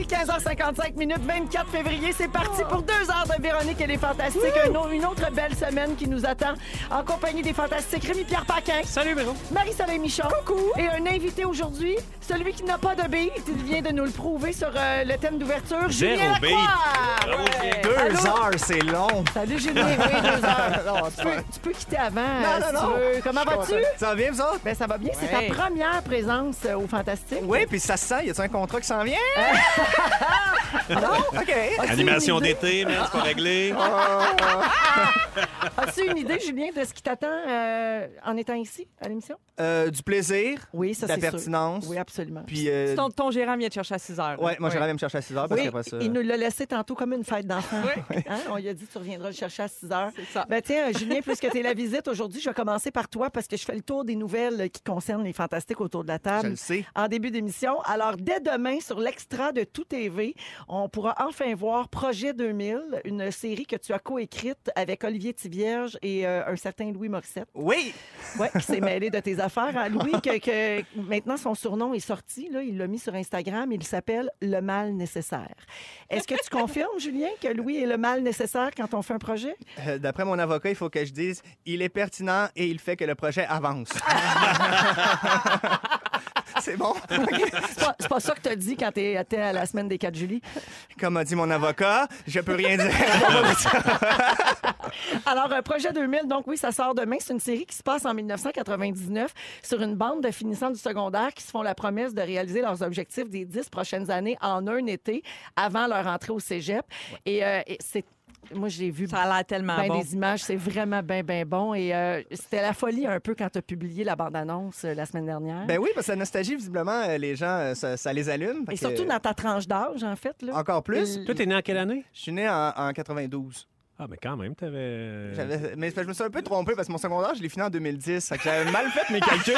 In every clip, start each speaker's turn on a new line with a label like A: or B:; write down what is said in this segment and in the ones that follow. A: 8h55 minutes, 24 février. C'est parti pour deux heures de Véronique et les Fantastiques. Un au- une autre belle semaine qui nous attend en compagnie des Fantastiques. Rémi-Pierre Paquin.
B: Salut, Véro.
A: Marie-Soleil Michon. Et un invité aujourd'hui, celui qui n'a pas de beat, il vient de nous le prouver sur euh, le thème d'ouverture,
B: Zéro
A: Julien
B: beat.
A: Lacroix. Ouais.
C: Deux
A: Allô?
C: heures, c'est long.
A: Salut Julien, oui, deux heures.
C: Non,
A: Tu peux, tu peux quitter avant euh, si tu veux. Comment
C: Je suis
A: vas-tu?
C: content. Ça va bien, ça?
A: Ben ça va bien, c'est
B: Ouais.
A: ta première présence euh, au Fantastique.
C: Oui, puis ça se sent. Y a-tu un contrat qui s'en vient? non? OK.
A: As-tu
B: Animation
A: une idée-
B: d'été, mais c'est pas réglé.
A: As-tu une idée, Julien, de ce qui t'attend euh, en étant ici, à l'émission?
C: Euh, du plaisir,
A: Oui, ça
C: de la
A: c'est sûr.
C: pertinence,
A: Oui, absolument.
C: puis... euh,
D: C'est Ton, ton gérant vient te chercher à 6 heures.
C: Ouais, moi, j'irai
D: Ouais.
C: me chercher à 6 heures, parce
A: Oui,
C: qu'après ça...
A: il nous l'a laissé tantôt comme une fête d'enfant. Hein? On lui a dit, tu reviendras le chercher à 6 heures.
D: C'est ça.
A: Ben tiens, Julien, puisque tu es la visite aujourd'hui, je vais commencer par toi parce que je fais le tour des nouvelles qui concernent les fantastiques autour de la
C: Je
A: table.
C: le sais.
A: En début d'émission. Alors, dès demain, sur l'extra de Tout TV, on pourra enfin voir Projet 2000, une série que tu as coécrite avec Olivier Tivierge et euh, un certain Louis Morissette.
C: Oui!
A: Ouais, qui s'est mêlé de tes affaires. hein, Louis, que, que maintenant son surnom est sorti, là, il l'a mis sur Instagram, il s'appelle Le Mal Nécessaire. Est-ce que tu confirmes, Julien, que Louis est le mal nécessaire quand on fait un projet?
C: Euh, D'après mon avocat, il faut que je dise, il est pertinent et il fait que le projet avance. c'est bon?
A: C'est pas, c'est pas ça que tu as dit quand tu étais à la semaine des 4 juillet.
C: Comme a dit mon avocat, je peux rien dire.
A: Alors, euh, Projet 2000, donc oui, ça sort demain. C'est une série qui se passe en 1999 sur une bande de finissants du secondaire qui se font la promesse de réaliser leurs objectifs des dix prochaines années en un été avant leur entrée au cégep. Et, euh, et c'est. Moi, j'ai vu
D: Ça a l'air tellement
A: ben
D: bon.
A: des images. C'est vraiment bien, bien bon. Et euh, c'était la folie un peu quand tu as publié la bande-annonce euh, la semaine dernière.
C: ben oui, parce que la nostalgie, visiblement, euh, les gens, euh, ça, ça les allume. fait
A: et
C: que-
A: surtout dans ta tranche d'âge, en fait. Là.
C: Encore plus.
B: Toi, t'es né en quelle année?
C: Je suis né en, en 92.
B: Ah, mais quand même, t'avais. euh,
C: J'avais- Mais c'est parce que je me suis un peu trompé parce que mon secondaire, je l'ai fini en 2010. Fait que j'avais mal fait mes calculs.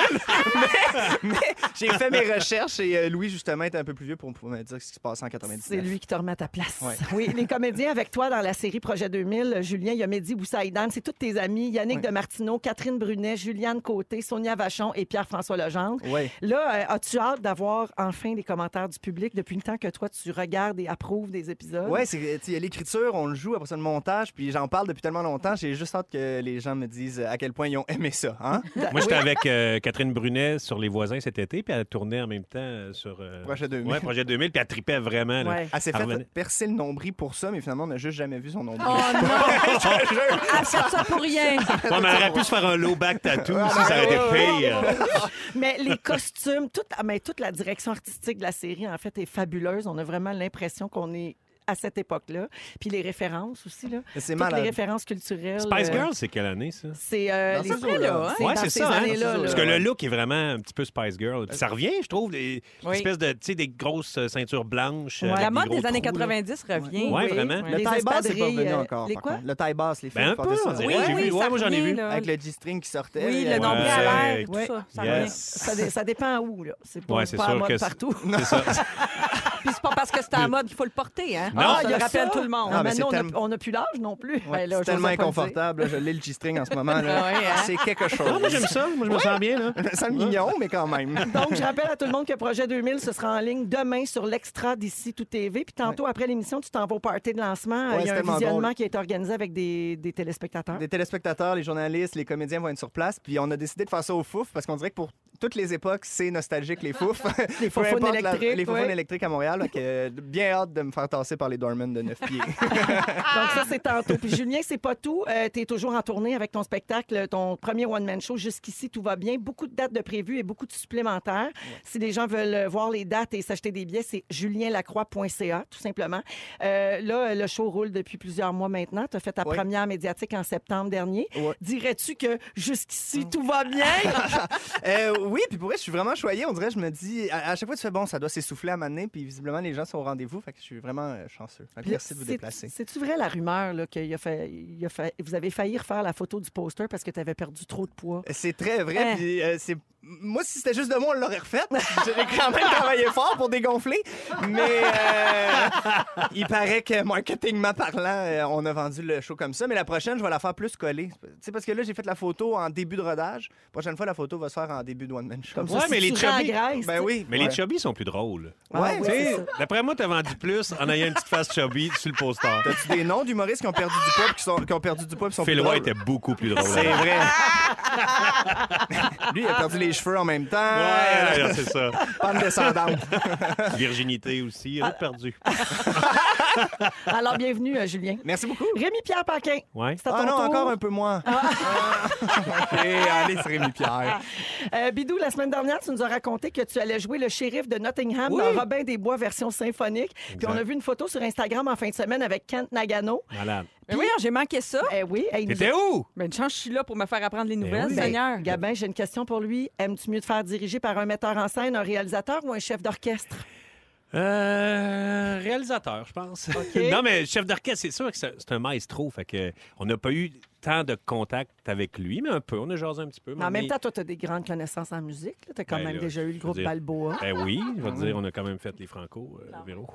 C: mais mais j'ai fait mes recherches et euh, Louis, justement, était un peu plus vieux pour, pour me dire ce qui se passait en 99.
A: C'est lui qui te remet à ta place.
C: Ouais.
A: Oui, les comédiens avec toi dans la série Projet 2000, euh, Julien, il y a Mehdi Boussaïdan, c'est tous tes amis, Yannick
C: Ouais.
A: Demartino, Catherine Brunet, Juliane Côté, Sonia Vachon et Pierre-François Legendre.
C: Ouais.
A: Là, euh, as-tu hâte d'avoir enfin des commentaires du public depuis le temps que toi, tu regardes et approuves des épisodes?
C: Ouais, c'est euh, tu sais, il y a l'écriture, on le joue, après ça le montage, puis j'en parle depuis tellement longtemps, j'ai juste hâte que les gens me disent euh, à quel point ils ont aimé ça, hein?
B: Moi, j'étais avec euh, Catherine Brunet sur Les Voisins cet été, puis elle tournait en même temps euh, sur. euh,
C: Projet 2000.
B: Ouais, Projet 2000, puis elle tripait vraiment. là.
A: Ouais.
C: Elle s'est
B: Elle
C: fait
B: revenait.
C: percer le nombril pour ça, mais finalement, on n'a juste jamais vu son nombril.
D: Oh non! Elle fait ça pour rien.
B: Ouais, mais elle aurait pu se faire un low back tattoo si ça aurait été pire.
A: Mais les costumes, toute, ah, mais toute la direction artistique de la série, en fait, est fabuleuse. On a vraiment l'impression qu'on est à cette époque-là. Puis les références aussi, là.
C: C'est
A: Toutes les
C: malade.
A: références culturelles.
B: Spice
A: euh,
B: Girl, c'est quelle année, ça?
A: C'est euh,
C: Dans
A: les
C: ces
A: années-là,
D: eaux-là, hein?
A: C'est
B: Ouais,
A: dans
B: c'est
A: ces
B: ça, hein?
A: années-là.
C: Dans
A: là.
B: Parce que le look est vraiment un petit peu Spice Girl. Puis ça revient, je trouve, les
D: Oui.
B: espèces de, tu sais, des grosses euh, ceintures blanches. euh,
A: Ouais.
B: avec
D: La mode
B: gros
D: des années
B: trous, là.
D: 90 revient.
B: Ouais,
A: Oui.
B: vraiment.
D: Ouais.
C: Le
A: Les
C: taille basse, c'est pas
A: espadrilles,
C: revenu
A: euh,
C: encore.
A: les
C: par
A: quoi?
C: contre. Le taille basse, les filles
B: Ben, un
C: qui portaient
B: peu,
C: ça,
B: on
C: des
B: dirait.
D: Oui,
C: fois.
B: J'ai
D: oui,
B: vu. Ouais,
D: ça
B: moi, j'en ai
D: revient,
B: vu.
D: là.
C: Avec le G-string qui sortait.
D: Oui,
C: là.
D: le nombril à l'air, tout
A: Ouais.
D: ça. Ça
B: Yes.
D: revient.
A: Ça, dé- ça dépend où, là. C'est pas,
B: Ouais, c'est
A: pas en
B: sûr
A: mode
B: que c'est-
A: partout.
B: C'est ça.
D: Puis c'est pas parce que c'est en mode qu'il faut le porter, hein?
B: Non. Ah,
D: ça
A: il y a
D: rappelle
A: ça.
D: tout le monde.
A: Ah,
C: Ah, mais
A: mais
C: c'est
A: nous, on a-
C: tellement-
A: on n'a plus l'âge non plus.
C: Ouais,
A: Ben là,
C: c'est
A: j'ose
C: tellement
A: pas le dire.
C: inconfortable. là, Je lis le G-string en ce moment. là.
D: Ah ouais, hein?
C: C'est quelque chose.
B: Ah, moi, j'aime ça. Moi, je me sens bien, là.
C: Ça me mignon, mais quand même.
A: Donc, je rappelle à tout le monde que Projet 2000, ce sera en ligne demain sur l'Extra d'ici Tout TV. Puis tantôt, après l'émission, tu t'en vas au party de lancement.
C: Ouais,
A: Il y
C: c'est
A: a un
C: tellement
A: visionnement
C: drôle.
A: qui est organisé avec des, des téléspectateurs.
C: Les téléspectateurs, les journalistes, les comédiens vont être sur place. Puis on a décidé de faire ça au fouf parce qu'on dirait que pour toutes les époques, c'est nostalgique, les fouf.
A: Les
C: Peu
A: foufounes
C: importe la-
A: électriques,
C: les foufounes
A: ouais.
C: électriques à Montréal. donc, euh, bien hâte de me faire tasser par les Dorman de 9 pieds.
A: Donc ça, c'est tantôt. Puis Julien, c'est pas tout. tu es toujours en tournée avec ton spectacle, ton premier one-man show. Jusqu'ici, tout va bien. Beaucoup de dates de prévues et beaucoup de supplémentaires. Si les gens veulent euh, voir les dates et s'acheter des billets, c'est julienlacroix.ca, tout simplement. Euh, là, euh, le show roule depuis plusieurs mois maintenant. Tu as fait ta
C: Oui.
A: première médiatique en septembre dernier.
C: Ouais.
A: Dirais-tu que jusqu'ici,
C: Hum.
A: tout va bien?
C: Euh, oui, puis pour vrai, je suis vraiment choyé. On dirait, je me dis, à, à chaque fois, tu fais bon, ça doit s'essouffler à m'amener. Puis visiblement, les gens sont au rendez-vous. Fait que je suis vraiment euh, chanceux. Fait que merci de vous
A: C'est-
C: déplacer.
A: C'est-tu vrai la rumeur là, qu'il a fait, il a fait- vous avez failli refaire la photo du poster parce que tu avais perdu trop de poids?
C: C'est très vrai.
D: Hein.
C: Puis euh, c'est Moi, si c'était juste de moi, on l'aurait refaite. J'avais quand même travaillé fort pour dégonfler. Mais euh, il paraît que marketingment parlant, euh, on a vendu le show comme ça. Mais la prochaine, je vais la faire plus collée. Tu sais, parce que là, j'ai fait la photo en début de rodage. La prochaine fois, la photo va se faire en début de One Man Show.
A: Comme
B: Ouais,
A: ça, si
B: mais les
A: tu rends
B: chubby-
A: graisse,
C: Ben
A: tu sais.
C: oui.
B: Mais
C: ouais.
B: les chubby sont plus drôles.
A: Ah
C: Ouais,
A: oui,
B: Tu sais,
A: c'est ça.
B: D'après moi, t'as vendu plus en ayant une petite face chubby sur le poster.
C: T'as-tu des noms d'humoristes qui ont perdu du poids puis qui, sont- qui ont perdu du poids puis sont
B: Phil
C: plus
B: Roy
C: drôles?
B: était beaucoup plus drôle.
C: C'est vrai. Lui, il a perdu les cheveux en même temps.
B: Ouais, ouais, c'est ça.
C: Pente descendante.
B: Virginité aussi,
A: Ah.
B: elle a perdu.
A: Alors, bienvenue, euh, Julien.
C: Merci beaucoup.
A: Rémi-Pierre Paquin,
B: Ouais.
A: c'est à
C: Ah
A: ton
C: non,
A: tour. Ah.
C: encore un peu moins. Ah. OK, allez, c'est Rémi-Pierre.
A: Euh, Bidou, la semaine dernière, tu nous as raconté que tu allais jouer le shérif de Nottingham dans Robin des Bois version symphonique. Puis on a vu une photo sur Instagram en fin de semaine avec Kent Nagano.
B: Malade.
A: Ben
D: Mais voyons, j'ai manqué ça.
A: Eh oui, eh, il nous a-
B: T'étais où?
D: Mais une chance, je suis là pour me faire apprendre les nouvelles,
B: oui.
A: Ben,
D: Seigneur.
A: Gabin, j'ai une question pour lui. Aimes-tu mieux te faire diriger par un metteur en scène, un réalisateur ou un chef d'orchestre?
B: Euh, réalisateur, je pense. non, mais chef d'orchestre, c'est sûr que c'est c'est un maestro. Fait que on n'a pas eu tant de contact avec lui, mais un peu. On a jasé un petit peu.
A: Mais en même temps, toi, tu as des grandes connaissances en musique. Tu as quand
B: Ben
A: même
B: là,
A: déjà eu le
B: je
A: groupe
B: veux dire-
A: Balboa. Ah
B: Ben oui, je veux dire, on a quand même fait les Franco, euh, Véro.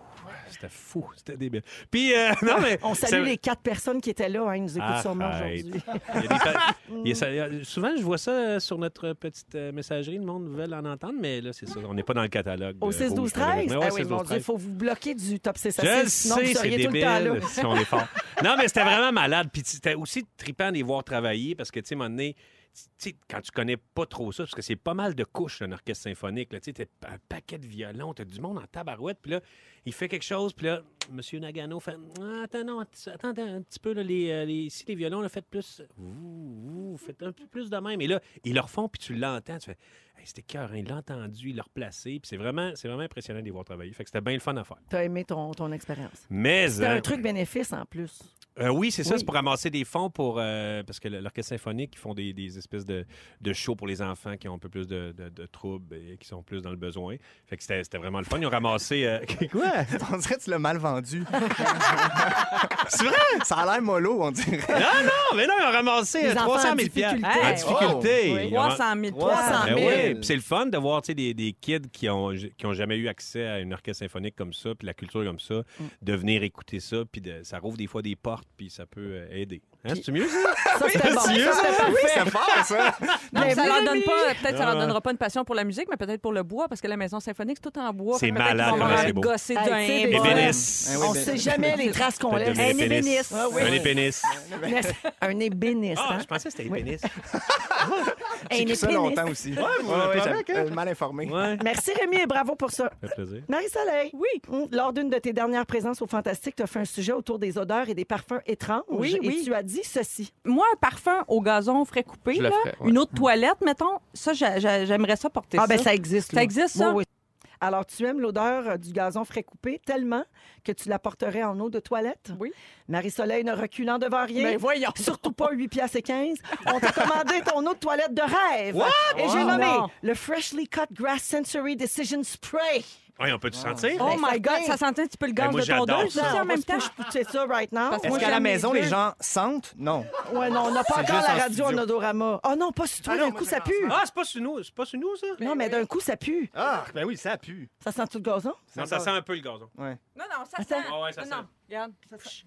B: C'était fou, c'était débile. Puis, euh, non, mais.
A: Ah, On
B: c'est-
A: salue les quatre personnes qui étaient là. Hein, ils nous écoutent
B: Arrête.
A: sûrement aujourd'hui.
B: Il y a des pa- il y a ça- il y a- Souvent, je vois ça euh, sur notre petite euh, messagerie. Le monde veut en entendre, mais là, c'est ça. On n'est pas dans le catalogue.
A: Au
B: euh, rouge,
A: 6-12-13?
B: mais ouais,
A: Ah oui, mon Dieu,
B: 6-12-13.
A: il faut vous bloquer du top 6 à
B: Je
A: 6,
B: le
A: sinon vous
B: sais, c'est
A: seriez tout le temps là.
B: débile si on est fort. Non, mais c'était vraiment malade. Puis c'était aussi trippant de les voir travailler parce que, tu sais, à un moment donné, tu tu sais, quand tu connais pas trop ça, parce que c'est pas mal de couches, un orchestre symphonique, là, tu sais, t'as un paquet de violons, t'as du monde en tabarouette, puis là, il fait quelque chose, puis là, M. Nagano fait Ah, Attends, non, att- attends, attends un petit peu, là, les, euh, les- si les violons, là, faites plus, ouh, ouh, faites un peu plus de même. Et là, ils le refont, puis tu l'entends, tu fais Hey, C'était cœur, il l'a entendu, il l'a replacé, puis c'est vraiment, c'est vraiment impressionnant de les voir travailler. Fait que c'était bien le fun à faire.
A: T'as aimé ton, ton expérience.
B: Mais.
A: C'est
B: hein,
A: un truc bénéfice en plus.
B: euh, oui, c'est ça,
A: Oui.
B: c'est pour ramasser des fonds pour. euh, parce que le- l'Orchestre symphonique, ils font des, des espèces de, de shows pour les enfants qui ont un peu plus de, de- de troubles et qui sont plus dans le besoin. Fait que c'était c'était vraiment le fun. Ils ont ramassé. euh,
C: Quoi? On dirait que tu l'as mal vendu. c'est vrai? Ça a l'air mollo, on dirait.
B: non, non, Ah, mais non, ils ont ramassé
A: Les
B: euh,
A: enfants
B: 300
A: en
B: 000 piastres.
A: difficulté.
B: En
D: Hey,
B: difficulté.
D: Oui,
B: Ils ont-
D: 300 000
A: 300
B: Ben
A: 000.
B: oui, puis c'est le fun de voir tu sais, des, des kids qui ont, qui ont jamais eu accès à une orchestre symphonique comme ça, puis la culture comme ça, de venir écouter ça, puis de- ça rouvre des fois des portes, puis ça peut euh, aider. Hein, C'est-tu mieux, ça?
A: Ça, c'était bon. Ça,
B: sérieux?
A: c'était parfait.
C: Oui, c'est fort, ça.
D: Non,
A: Mais
D: ça leur
A: Ben oui,
D: donne pas, peut-être ça leur
B: Ouais.
D: donnera pas une passion pour la musique, mais peut-être pour le bois, parce que la maison symphonique, c'est tout en bois.
B: C'est
D: Fait que peut-être
B: malade
D: qu'ils vont
B: comment
D: leur
B: c'est beau.
D: Gosser
A: Hey, tu sais,
D: d'un
A: des
D: bol.
B: Ébéniste.
C: Ah oui,
A: On
C: ben-
A: sait jamais les traces qu'on
B: Peut-être
A: laisse.
B: devenir
D: Un
B: pénis.
D: ébéniste. Ah oui.
B: Un ébéniste.
A: Un ébéniste.
B: Ah,
A: hein?
B: je pensais que c'était
A: Oui.
B: ébéniste.
A: Un
C: J'ai cru ça
A: ébéniste.
C: longtemps aussi. Ouais,
B: êtes
C: ouais,
B: avec,
C: j'avais- mal informé.
B: Ouais.
A: Merci Rémi et bravo pour ça.
B: Ça fait plaisir.
A: Marie-Soleil.
D: Oui.
A: Mm, Lors d'une de tes dernières présences au Fantastique, tu as fait un sujet autour des odeurs et des parfums étranges.
D: Oui,
A: et
D: oui.
A: tu as dit ceci.
D: Moi, un parfum au gazon frais coupé,
E: Je
D: là,
E: le ferais, ouais.
D: une
B: Hum.
D: autre toilette, mettons, ça, j'a- j'a- j'aimerais ça porter Ah,
A: Ah,
D: ben,
A: ben,
D: ça.
A: existe.
D: Ça existe, ça?
A: Oui, oui. Alors, tu aimes l'odeur euh, du gazon frais coupé tellement que tu la porterais en eau de toilette?
D: Oui.
A: Marie-Soleil ne reculant devant rien.
D: Ben voyons.
A: Surtout pas 8 piastres et 15. On t'a commandé ton eau de toilette de rêve. Et j'ai
D: Oh,
A: nommé
D: non.
A: le Freshly Cut Grass Sensory Decision Spray.
B: Ouais, on peut-tu sentir?
D: Oh
A: Ben,
D: my God,
A: certain.
D: ça sentait un petit peu le gaz
B: Ben, moi,
D: de ton
B: j'adore
D: dos,
B: ça.
D: ça, en même temps.
A: Je poussais ça right now.
D: Parce que
C: Est-ce
D: Moi,
C: qu'à la
D: j'aime
C: maison,
D: les
C: les
D: deux.
C: gens sentent? Non.
A: Ouais, non, on n'a pas
C: C'est
A: encore
C: juste
A: la
C: en
A: radio en
C: studio.
A: odorama. Oh non, pas sur toi,
C: Ah non,
A: d'un
C: moi,
A: coup,
C: j'ai
A: ça pue.
B: Ah, c'est pas sur nous, c'est pas sur nous, ça?
A: Non,
D: Ben,
A: mais d'un coup, ça pue.
C: Ah, ben oui, ça pue.
A: Ça sent tout le gazon?
B: Non, ça sent un peu le gazon.
D: Non, non, ça
A: Attends.
B: Ouais, ouais, ça
D: Non, non,
B: sent.
D: regarde, ça sent.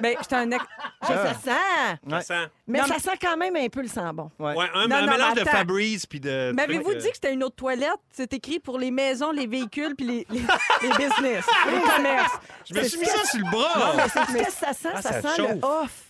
D: Ben, j'étais un ex...
A: Ah, ça sent.
B: Ça
C: Ouais.
B: sent.
A: Mais
D: Non,
A: ça sent quand même un peu le sang bon.
C: Ouais.
B: Ouais, un,
D: Non,
B: un
D: non,
B: mélange
D: mais
B: de
D: attends.
B: Febreze puis de.
D: M'avez-vous dit que c'était une autre toilette? C'est écrit pour les maisons, les véhicules, puis les, les, les business, les commerces.
B: Je me suis mis ça sur le bras!
A: Qu'est-ce Ah, que ça sent?
B: Ah,
A: ça,
B: ça
A: sent le
B: chauffe.
A: off.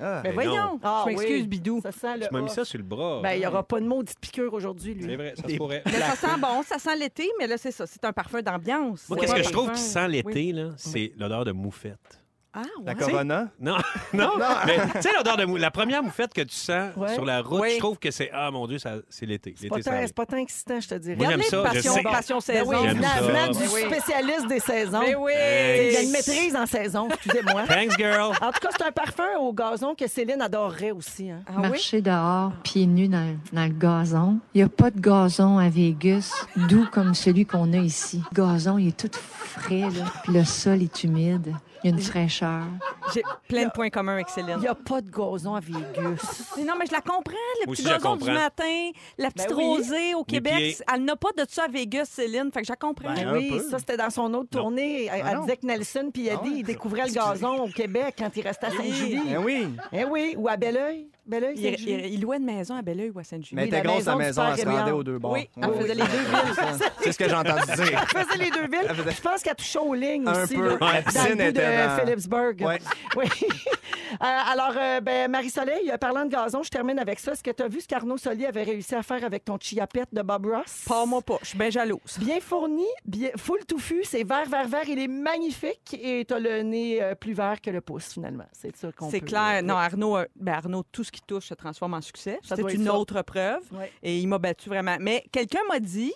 C: Ah.
D: Ben
B: Ben
D: voyons,
B: non.
A: Ah,
D: je m'excuse,
A: oui.
D: Bidou.
A: Ça sent le
B: Tu m'as mis
A: off.
B: ça sur le bras.
A: Ben, il n'y aura pas de maudite piqûre aujourd'hui, lui.
B: C'est vrai, ça se pourrait.
D: Mais ça sent bon, ça sent l'été, mais là, c'est ça, c'est un parfum d'ambiance.
B: Moi,
D: C'est
B: qu'est-ce
D: pas
B: que
D: un
B: je trouve qui
D: parfum-
B: sent
D: Oui.
B: l'été, là? C'est l'odeur de moufette.
D: Ah,
C: La
D: ouais.
C: Corona?
B: Non, non, mais tu sais l'odeur de mou... la première moufette que tu sens
A: Ouais.
B: sur la route,
D: Oui.
B: je trouve que c'est ah mon dieu, ça c'est l'été.
A: C'est pas,
B: L'été, ça
A: tant-
B: arrive.
A: c'est pas tant excitant, je te dirais.
B: Moi, j'aime
D: Regardez
B: ça, je
D: passion,
B: sais.
D: passion
A: Ben
D: saison.
A: oui,
B: j'aime
A: venant-
B: ça. Ben
A: venant du Ben
D: Ben oui.
A: spécialiste des saisons.
D: Mais oui!
A: Il y a une maîtrise en saison, excusez-moi.
B: Thanks girl.
A: En tout cas, c'est un parfum au gazon que Céline adorerait aussi. hein.
D: Ah oui?
F: Marcher dehors, pieds nus dans, le- dans le gazon. Il n'y a pas de gazon à Vegas, doux comme celui qu'on a ici. Le gazon, il est tout frais, là. Puis le sol est humide. Il y a une fraîcheur. tricheur.
D: J'ai plein de points communs avec Céline.
A: Il n'y a pas de gazon à Végus.
B: Ben
D: Mais non, mais je la comprends, le
B: Aussi,
D: petit
B: je la
D: gazon du
B: comprends.
D: matin, la petite
A: Ben oui.
D: rosée au Québec.
B: pieds.
D: Elle n'a pas de ça à Vegas, Céline. Fait que je la comprends.
C: Ben,
A: Ben
C: un
A: oui,
C: peu.
A: ça, c'était dans son autre
B: Non. Ah
A: tournée. Elle,
C: Ah
A: elle
C: non.
A: disait que Nelson puis Eddie, ils découvraient le gazon au Québec quand ils restaient à Saint-Julie.
C: Ben oui.
A: Eh oui, ou à Belleuil. Belleuil,
D: il,
A: Saint-Julie.
D: il- il louait une maison à Belleuil ou à Sainte-Julie.
C: Mais
A: Oui,
C: t'es
A: la
C: grosse à la
A: maison
C: maison,
A: du
C: elle se
A: père
C: rendait
A: Réal.
C: aux deux bords.
D: Oui,
C: Ouais,
A: Ah,
D: elle
C: ouais.
D: faisait les deux villes.
C: C'est ce que j'ai entendu dire.
A: Elle faisait les deux villes. Je pense qu'elle touchait aux lignes
C: Ah, Un
A: aussi.
C: peu.
A: là,
C: Ouais,
A: dans
C: la
A: le
C: piscine
A: bout
C: était dans-
A: de Philipsburg.
C: Ouais.
A: Oui. Euh, alors, euh, ben, Marie-Soleil, euh, parlant de gazon, je termine avec ça. Est-ce que tu as vu ce qu'Arnaud Soli avait réussi à faire avec ton chiapette de Bob Ross?
D: Pas moi pas. Je suis bien jalouse.
A: Bien fourni, bien, full touffu, c'est vert, vert, vert. Il est magnifique et t'as le nez euh, plus vert que le pouce, finalement. C'est ça qu'on
D: C'est
A: peut-
D: clair. Non, Arnaud, euh, ben Arnaud, tout ce qui touche se transforme en succès.
A: Ça
D: C'est
A: doit être
D: une
A: ça.
D: autre preuve.
A: Ouais.
D: Et il m'a battu vraiment. Mais quelqu'un m'a dit,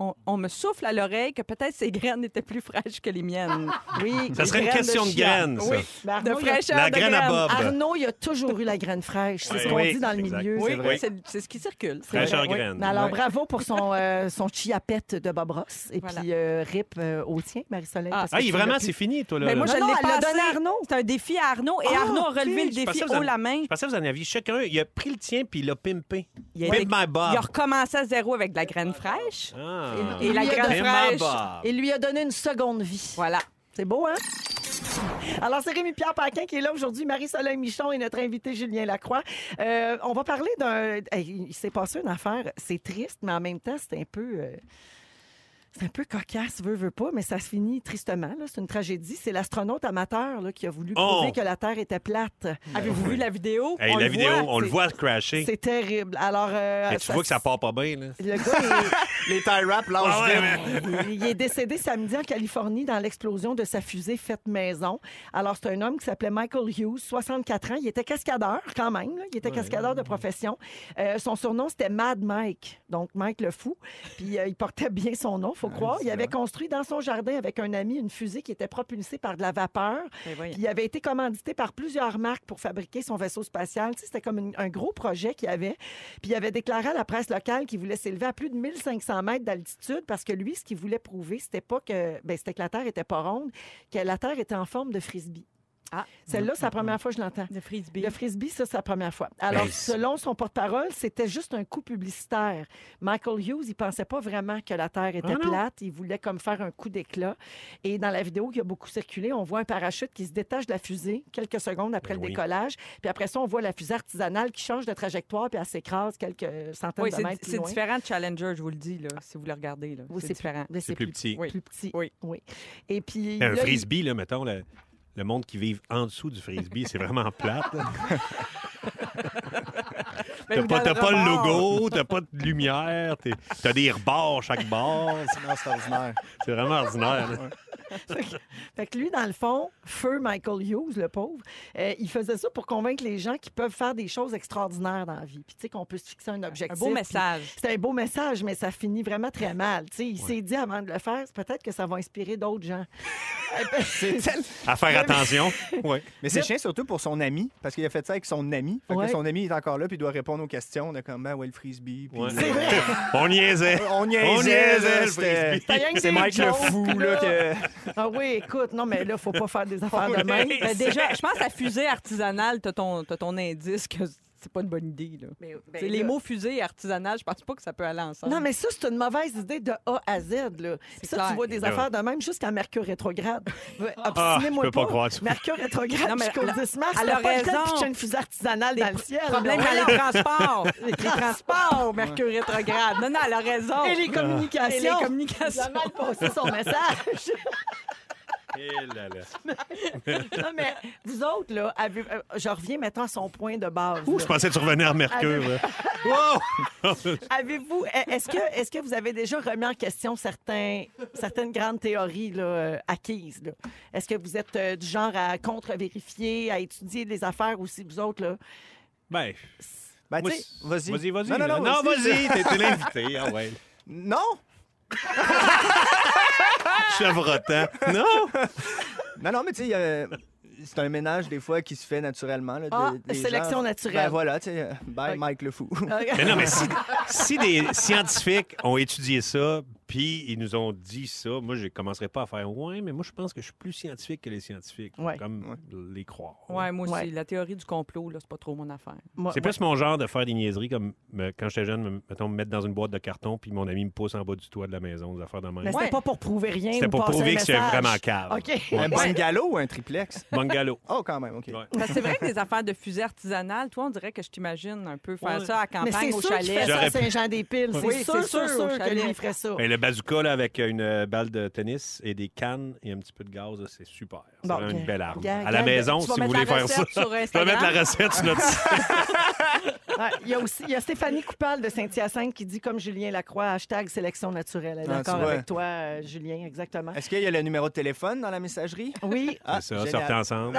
D: on, on me souffle à l'oreille que peut-être ses graines étaient plus fraîches que les miennes. Oui.
B: Ça serait une question de graines, ça.
A: Mais
D: De
A: Arnaud, il a-
D: fraîcheur
B: La
D: de
B: graine à
D: graines.
B: Bob.
A: Arnaud, il a toujours eu la graine fraîche. C'est
B: Oui.
A: ce qu'on
B: Oui,
A: dit dans le
B: exact.
A: milieu.
B: Oui.
C: C'est vrai.
D: C'est c'est ce qui circule.
A: vrai.
B: Fraîcheur
A: Oui.
B: graine.
A: Mais alors,
C: Ouais.
A: bravo pour son, euh, son chiapette de Bob Ross. Et
D: Voilà.
A: puis, euh, rip euh, au tien, Marie-Soleil.
D: Ah.
A: parce que
B: Ah, il,
A: tu
B: vraiment,
A: l'as plus.
B: c'est fini, toi, là.
D: Mais moi,
B: là.
D: je
A: Non,
D: l'ai
A: non, elle l'a
D: passé.
A: donné à Arnaud.
D: C'est un défi à Arnaud. Et
A: Ah,
D: Arnaud a
A: ok.
D: relevé
B: Je
D: le
B: pensais
D: défi
B: que vous
D: haut
B: en-
D: la main.
B: Je pensais que vous en aviez chacun. Il a pris le tien puis il l'a pimpé.
D: Il a,
B: Pimp my Bob.
D: il a recommencé à zéro avec de la graine fraîche.
B: Ah.
D: Et la
A: Il a
D: graine
A: donné-
B: Pimp my
D: fraîche.
B: Bob.
A: Il lui a donné une seconde vie.
D: Voilà.
A: C'est beau, hein? Alors, c'est Rémi-Pierre Paquin qui est là aujourd'hui, Marie-Soleil Michon et notre invité Julien Lacroix. Euh, on va parler d'un... Hey, il s'est passé une affaire, c'est triste, mais en même temps, c'est un peu... euh, C'est un peu cocasse, veut, veut pas, mais ça se finit tristement. là. C'est une tragédie. C'est l'astronaute amateur là, qui a voulu
B: Oh! Ben
A: prouver que la Terre était plate.
D: Avez-vous vu la vidéo?
B: Hey,
D: On
B: la
D: le
B: vidéo,
D: voit,
B: on le
D: c'est-
B: voit crasher.
A: C'est terrible. Alors, euh,
B: Mais tu vois que ça part pas bien, là.
A: Le gars, est-
C: Les tie wraps lâchent
B: Ah ouais,
C: vite.
A: Il est décédé samedi en Californie dans l'explosion de sa fusée faite maison. Alors, c'est un homme qui s'appelait Michael Hughes, 64 ans. Il était cascadeur quand même. là. Il était cascadeur de profession. Euh, son surnom, c'était Mad Mike, donc Mike le fou. Puis, euh, il portait bien son nom,
B: Ah,
A: faut croire. Il avait construit dans son jardin avec un ami une fusée qui était propulsée par de la vapeur.
D: Ben voyons.
A: Puis il avait été commandité par plusieurs marques pour fabriquer son vaisseau spatial. Tu sais, C'était comme une- un gros projet qu'il avait. Puis il avait déclaré à la presse locale qu'il voulait s'élever à plus de 1500 mètres d'altitude parce que lui, ce qu'il voulait prouver, c'était pas que, ben, c'était que la Terre était pas ronde, que la Terre était en forme de frisbee.
D: Ah.
A: Celle-là, c'est la première fois que je l'entends.
D: De frisbee.
A: Le frisbee, ça, c'est la première fois. Alors,
B: Ben, c'est-
A: selon son porte-parole, c'était juste un coup publicitaire. Michael Hughes, il pensait pas vraiment que la Terre était
B: Ah non?
A: plate. Il voulait comme faire un coup d'éclat. Et dans la vidéo qui a beaucoup circulé, on voit un parachute qui se détache de la fusée quelques secondes après
B: Ben
A: le
B: oui.
A: décollage. Puis après ça, on voit la fusée artisanale qui change de trajectoire puis elle s'écrase quelques centaines
D: Oui,
A: de
D: c'est
A: mètres plus
D: c'est
A: loin.
D: différent de Challenger, je vous le dis, là, si vous le regardez. là.
A: Oui,
D: c'est différent.
A: mais
B: C'est plus petit.
A: Plus petit.
D: Oui.
A: Et puis.
B: Un
A: là, il-
B: frisbee, là, mettons, le, le monde qui vit en dessous du frisbee, c'est vraiment plate. là.
D: Ben,
B: T'as pas, t'as pas le logo, t'as pas de lumière, t'es- t'as des rebords chaque bord.
C: C'est non, c'est ordinaire.
B: C'est vraiment ordinaire. là.
A: Fait que lui, dans le fond, feu Michael Hughes, le pauvre, euh, il faisait ça pour convaincre les gens qu'ils peuvent faire des choses extraordinaires dans la vie. Puis tu sais qu'on peut se fixer un
D: Un
A: objectif.
D: beau
A: puis-
D: message.
A: C'est un beau message, mais ça finit vraiment très mal. Tu sais, il s'est dit avant de le faire, peut-être que ça va inspirer d'autres gens.
C: C'est tel-
B: À faire attention. Ouais.
C: Mais c'est chiant surtout pour son ami, parce qu'il a fait ça avec son ami. Fait que
A: Ouais.
C: son ami est encore là, puis il doit répondre aux questions de comme, ben, ouais, le frisbee. Puis
B: Ouais.
A: C'est vrai.
B: On niaisait.
C: Euh, On niaisait,
B: niaisait,
C: là, c'était-
A: T'as rien que
C: C'est
A: des
C: Mike le
A: jokes,
C: fou, là, que.
A: Ah oui, écoute, non, mais là, faut pas faire des affaires de même.
D: Ben, déjà, je pense que la fusée artisanale, t'as ton, t'as ton indice que c'est pas une bonne idée. Là.
A: Mais- ben,
D: C'est les
A: là-
D: mots fusée et artisanale, je pense pas que ça peut aller ensemble.
A: Non, mais ça, c'est une mauvaise idée de A à Z. Là.
D: C'est
A: Ça,
D: clair.
A: tu vois des
B: Là.
A: affaires de même jusqu'à Mercure rétrograde.
B: Ah, je
A: Obstinez-moi
B: peux pas croire ça.
A: Mercure rétrograde
D: Non, mais
A: jusqu'au
D: la-
A: 10 mars.
D: elle
A: Elle
D: a
A: a Ben, pas le temps de
D: raison.
A: pitcher une fusée artisanale dans le ciel.
D: Problème
A: là.
D: dans les transports. les transports, Mercure rétrograde. Non, non, elle a raison.
A: Ah. Et les communications.
D: Et
A: Il
D: les
A: a
D: communications.
A: mal passé son message.
B: Eh là là.
A: non, mais vous autres, là, avez- euh, je reviens maintenant à son point de base.
B: Ouh,
A: là.
B: je pensais que tu revenais à Mercure. là. Wow!
A: Avez-vous, est-ce que, est-ce que vous avez déjà remis en question certains, certaines grandes théories là, euh, acquises? là? Est-ce que vous êtes euh, du genre à contre-vérifier, à étudier les affaires aussi, vous autres? Là?
B: Ben,
C: Ben,
B: moi,
C: tu sais, vas-y.
B: Vas-y, vas-y.
C: Non, non,
B: là.
C: non,
B: Non,
C: vas-y.
B: vas-y, t'es t'es l'invité. Ah ouais.
C: Non!
B: Chevrotant. Non!
C: Non, non, mais tu sais, euh, c'est un ménage des fois qui se fait naturellement. Là, de-
A: Ah,
C: des gens-
A: sélection naturelle.
C: Ben voilà, tu sais, euh, bye Mike le fou.
B: Mais non, mais si, si des scientifiques ont étudié ça, Puis ils nous ont dit ça. Moi, je commencerai pas à faire ouais, mais moi, je pense que je suis plus scientifique que les scientifiques,
A: Ouais.
B: comme les croire.
D: Ouais, moi aussi.
A: Ouais.
D: La théorie du complot, là, c'est pas trop mon affaire.
A: Moi-
B: C'est plus mon genre de faire des niaiseries comme me- quand j'étais jeune, me- mettons, me mettre dans une boîte de carton, puis mon ami me pousse en bas du toit de la maison, des affaires de
A: Mais
B: même.
A: c'était
D: Ouais.
A: pas pour prouver rien.
B: C'était
A: ou
B: pour
A: passer un
B: prouver que c'est
A: message.
B: vraiment cave.
A: OK.
B: Ouais.
C: Un bungalow ou un triplex?
B: Bungalow.
C: Oh, quand même, OK.
B: Ouais.
D: Parce que Ben, c'est vrai que des affaires de fusées artisanales, toi, on dirait que je t'imagine un peu faire
B: Ouais.
D: ça à la
A: Mais
D: campagne,
A: c'est
D: au
A: sûr qu'il fait
D: chalet.
A: ça à
B: J'aurais pu-
A: Saint-Jean-des-Piles. C'est
D: Oui,
A: sûr,
D: c'est sûr,
A: sûr, sûr
D: au
A: que
D: chalet.
A: lui, il ferait ça.
B: Mais Ben, le bazooka là, avec une euh, balle de tennis et des cannes et un petit peu de gaz, là, c'est super. C'est
A: Bon,
B: vraiment
A: ok.
B: une belle arme.
A: Ok,
B: À
A: ok,
B: la
A: ok.
B: maison,
D: Tu vas
B: si vous
D: mettre
B: voulez
D: la
B: faire ça.
D: recette sur
B: Je vais
D: Instagram.
B: mettre la recette sur notre site.
A: Ouais, Il y a aussi il y a Stéphanie Coupal de Saint-Hyacinthe qui dit, comme Julien Lacroix, hashtag sélection naturelle. Elle est
C: Ah, tu
A: d'accord
C: vois.
A: avec toi, euh, Julien, exactement.
C: Est-ce qu'il y a le numéro de téléphone dans la messagerie?
A: Oui,
C: Ah,
B: C'est ça,
C: génial.
B: sortez ensemble.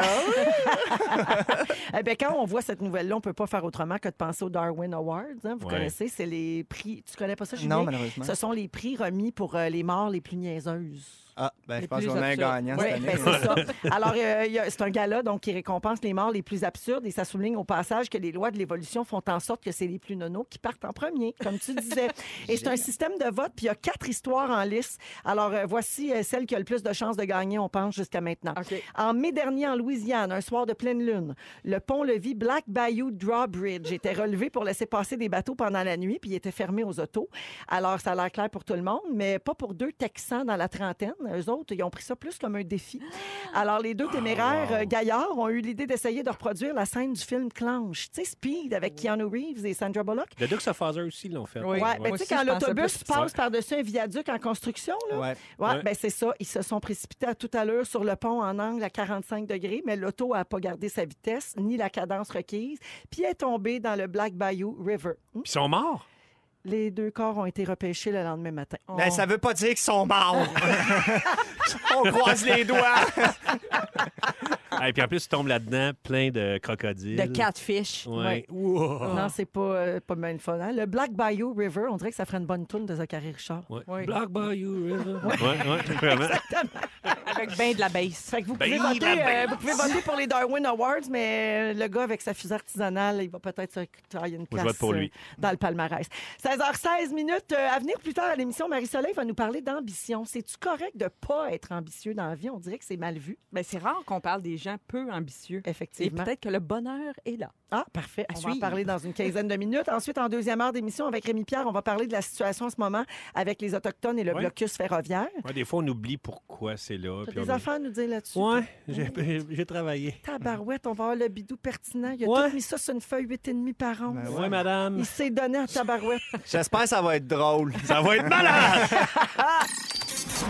A: Eh bien, quand on voit cette nouvelle-là, on ne peut pas faire autrement que de penser aux Darwin Awards. hein. Vous
B: Ouais.
A: connaissez, c'est les prix. Tu connais pas ça, Julien?
C: Non, malheureusement.
A: Ce sont les prix remis pour euh, les morts les plus niaiseuses.
C: Ah, ben, je
D: Les
C: pense
D: plus
C: qu'on a un
D: absurdes.
C: gagnant
A: Oui,
C: cette année.
A: ben, c'est ça. Alors, euh, il y a- c'est un gala donc, qui récompense les morts les plus absurdes et ça souligne au passage que les lois de l'évolution font en sorte que c'est les plus nonos qui partent en premier, comme tu disais. et c'est un système de vote, puis il y a quatre histoires en lice. Alors, euh, voici euh, celle qui a le plus de chances de gagner, on pense, jusqu'à maintenant.
D: OK.
A: En mai dernier, en Louisiane, un soir de pleine lune, le pont-levis Black Bayou Drawbridge était relevé pour laisser passer des bateaux pendant la nuit, puis il était fermé aux autos. Alors, ça a l'air clair pour tout le monde, mais pas pour deux Texans dans la trentaine. Eux autres, ils ont pris ça plus comme un défi. Alors, les deux
D: Ah,
A: téméraires euh, gaillards ont eu l'idée d'essayer de reproduire la scène du film Clanche. Tu sais, Speed avec Keanu Reeves et Sandra Bullock.
B: Le Dux of Father aussi l'ont fait.
D: Oui.
A: Ouais, ben,
D: Moi
A: tu sais,
D: aussi,
A: quand
D: je pensais
A: l'autobus
D: plus-
A: passe par-dessus un viaduc en construction, là,
C: Ouais.
A: oui,
B: Ouais.
A: ben c'est ça. Ils se sont précipités à toute allure sur le pont en angle à 45 degrés, mais l'auto n'a pas gardé sa vitesse ni la cadence requise, puis est tombée dans le Black Bayou River. Hmm.
B: Ils sont morts.
A: Les deux corps ont été repêchés le lendemain matin.
C: Ben, ça veut pas dire qu'ils sont morts. On croise les doigts.
A: Ah.
B: Et puis en plus, ils tombent là-dedans plein de crocodiles.
D: De catfish.
B: Ouais.
A: Non, c'est pas, euh, pas mal fun. hein. Le Black Bayou River, on dirait que ça ferait une bonne tourne de Zachary Richard.
B: Ouais.
D: Oui.
B: Black Bayou River. Ouais, ouais, vraiment.
D: Avec ben de la base.
A: Fait que vous,
B: Ben,
A: pouvez voter,
B: la
A: euh,
B: bête.
A: vous pouvez voter pour les Darwin Awards, mais euh, le gars avec sa fusée artisanale, il va peut-être se tailler une
B: je
A: place
B: vote pour
A: euh,
B: lui.
A: dans le palmarès. 16h16 minutes euh, à venir plus tard à l'émission. Marie-Soleil va nous parler d'ambition. C'est-tu correct de pas être ambitieux dans la vie? On dirait que c'est mal vu,
D: Ben, c'est rare qu'on parle des gens peu ambitieux. Et
A: effectivement.
D: peut-être que le bonheur est là.
A: Ah, parfait. on va en
D: suivre.
A: parler dans une quinzaine de minutes. Ensuite, en deuxième heure d'émission avec Rémi Pierre, on va parler de la situation en ce moment avec les Autochtones et le
B: Ouais.
A: blocus ferroviaire.
B: Ouais, des fois, on oublie pourquoi c'est là.
A: T'as
B: puis
A: des
B: on-
A: affaires à nous dire là-dessus?
B: Ouais, j'ai- j'ai travaillé.
A: Tabarouette, on va avoir le bidou pertinent. Il a
B: Ouais.
A: tout mis ça sur une feuille 8,5 par an.
C: Ben
B: Ouais, madame.
A: Il s'est donné à tabarouette
C: J'espère que ça va être drôle.
B: Ça va être malade!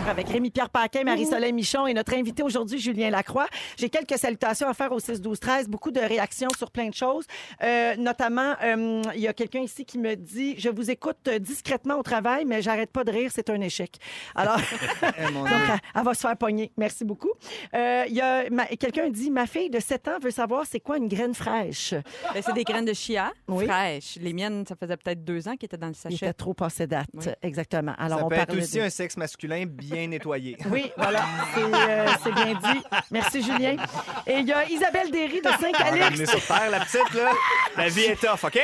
A: avec Rémi-Pierre Paquin, Marie-Soleil Michon et notre invité aujourd'hui, Julien Lacroix. J'ai quelques salutations à faire au 6-12-13, beaucoup de réactions sur plein de choses. Euh, notamment, euh, il y a quelqu'un ici qui me dit « Je vous écoute euh, discrètement au travail, mais j'arrête pas de rire, c'est un échec. » Alors,
C: Eh, mon
A: donc,
C: Dieu.
A: elle, elle va se faire pogner. Merci beaucoup. Euh, il y a ma- Quelqu'un dit « Ma fille de 7 ans veut savoir c'est quoi une graine fraîche. »
D: Ben, c'est des graines de chia
A: Oui.
D: fraîches. Les miennes, ça faisait peut-être deux ans qu'elles étaient dans le
A: Il
D: sachet.
A: était trop passé date.
D: Oui.
A: Exactement. Alors,
C: Ça
A: on
C: peut être
A: parlait
C: aussi
A: de-
C: un sexe masculin bien nettoyé.
A: Oui, voilà, c'est euh, c'est bien dit. Merci, Julien. Et il y a Isabelle Derry de
C: On va
A: Saint-Calix.
C: l'amener sur terre, la petite, là. La vie est tough, OK?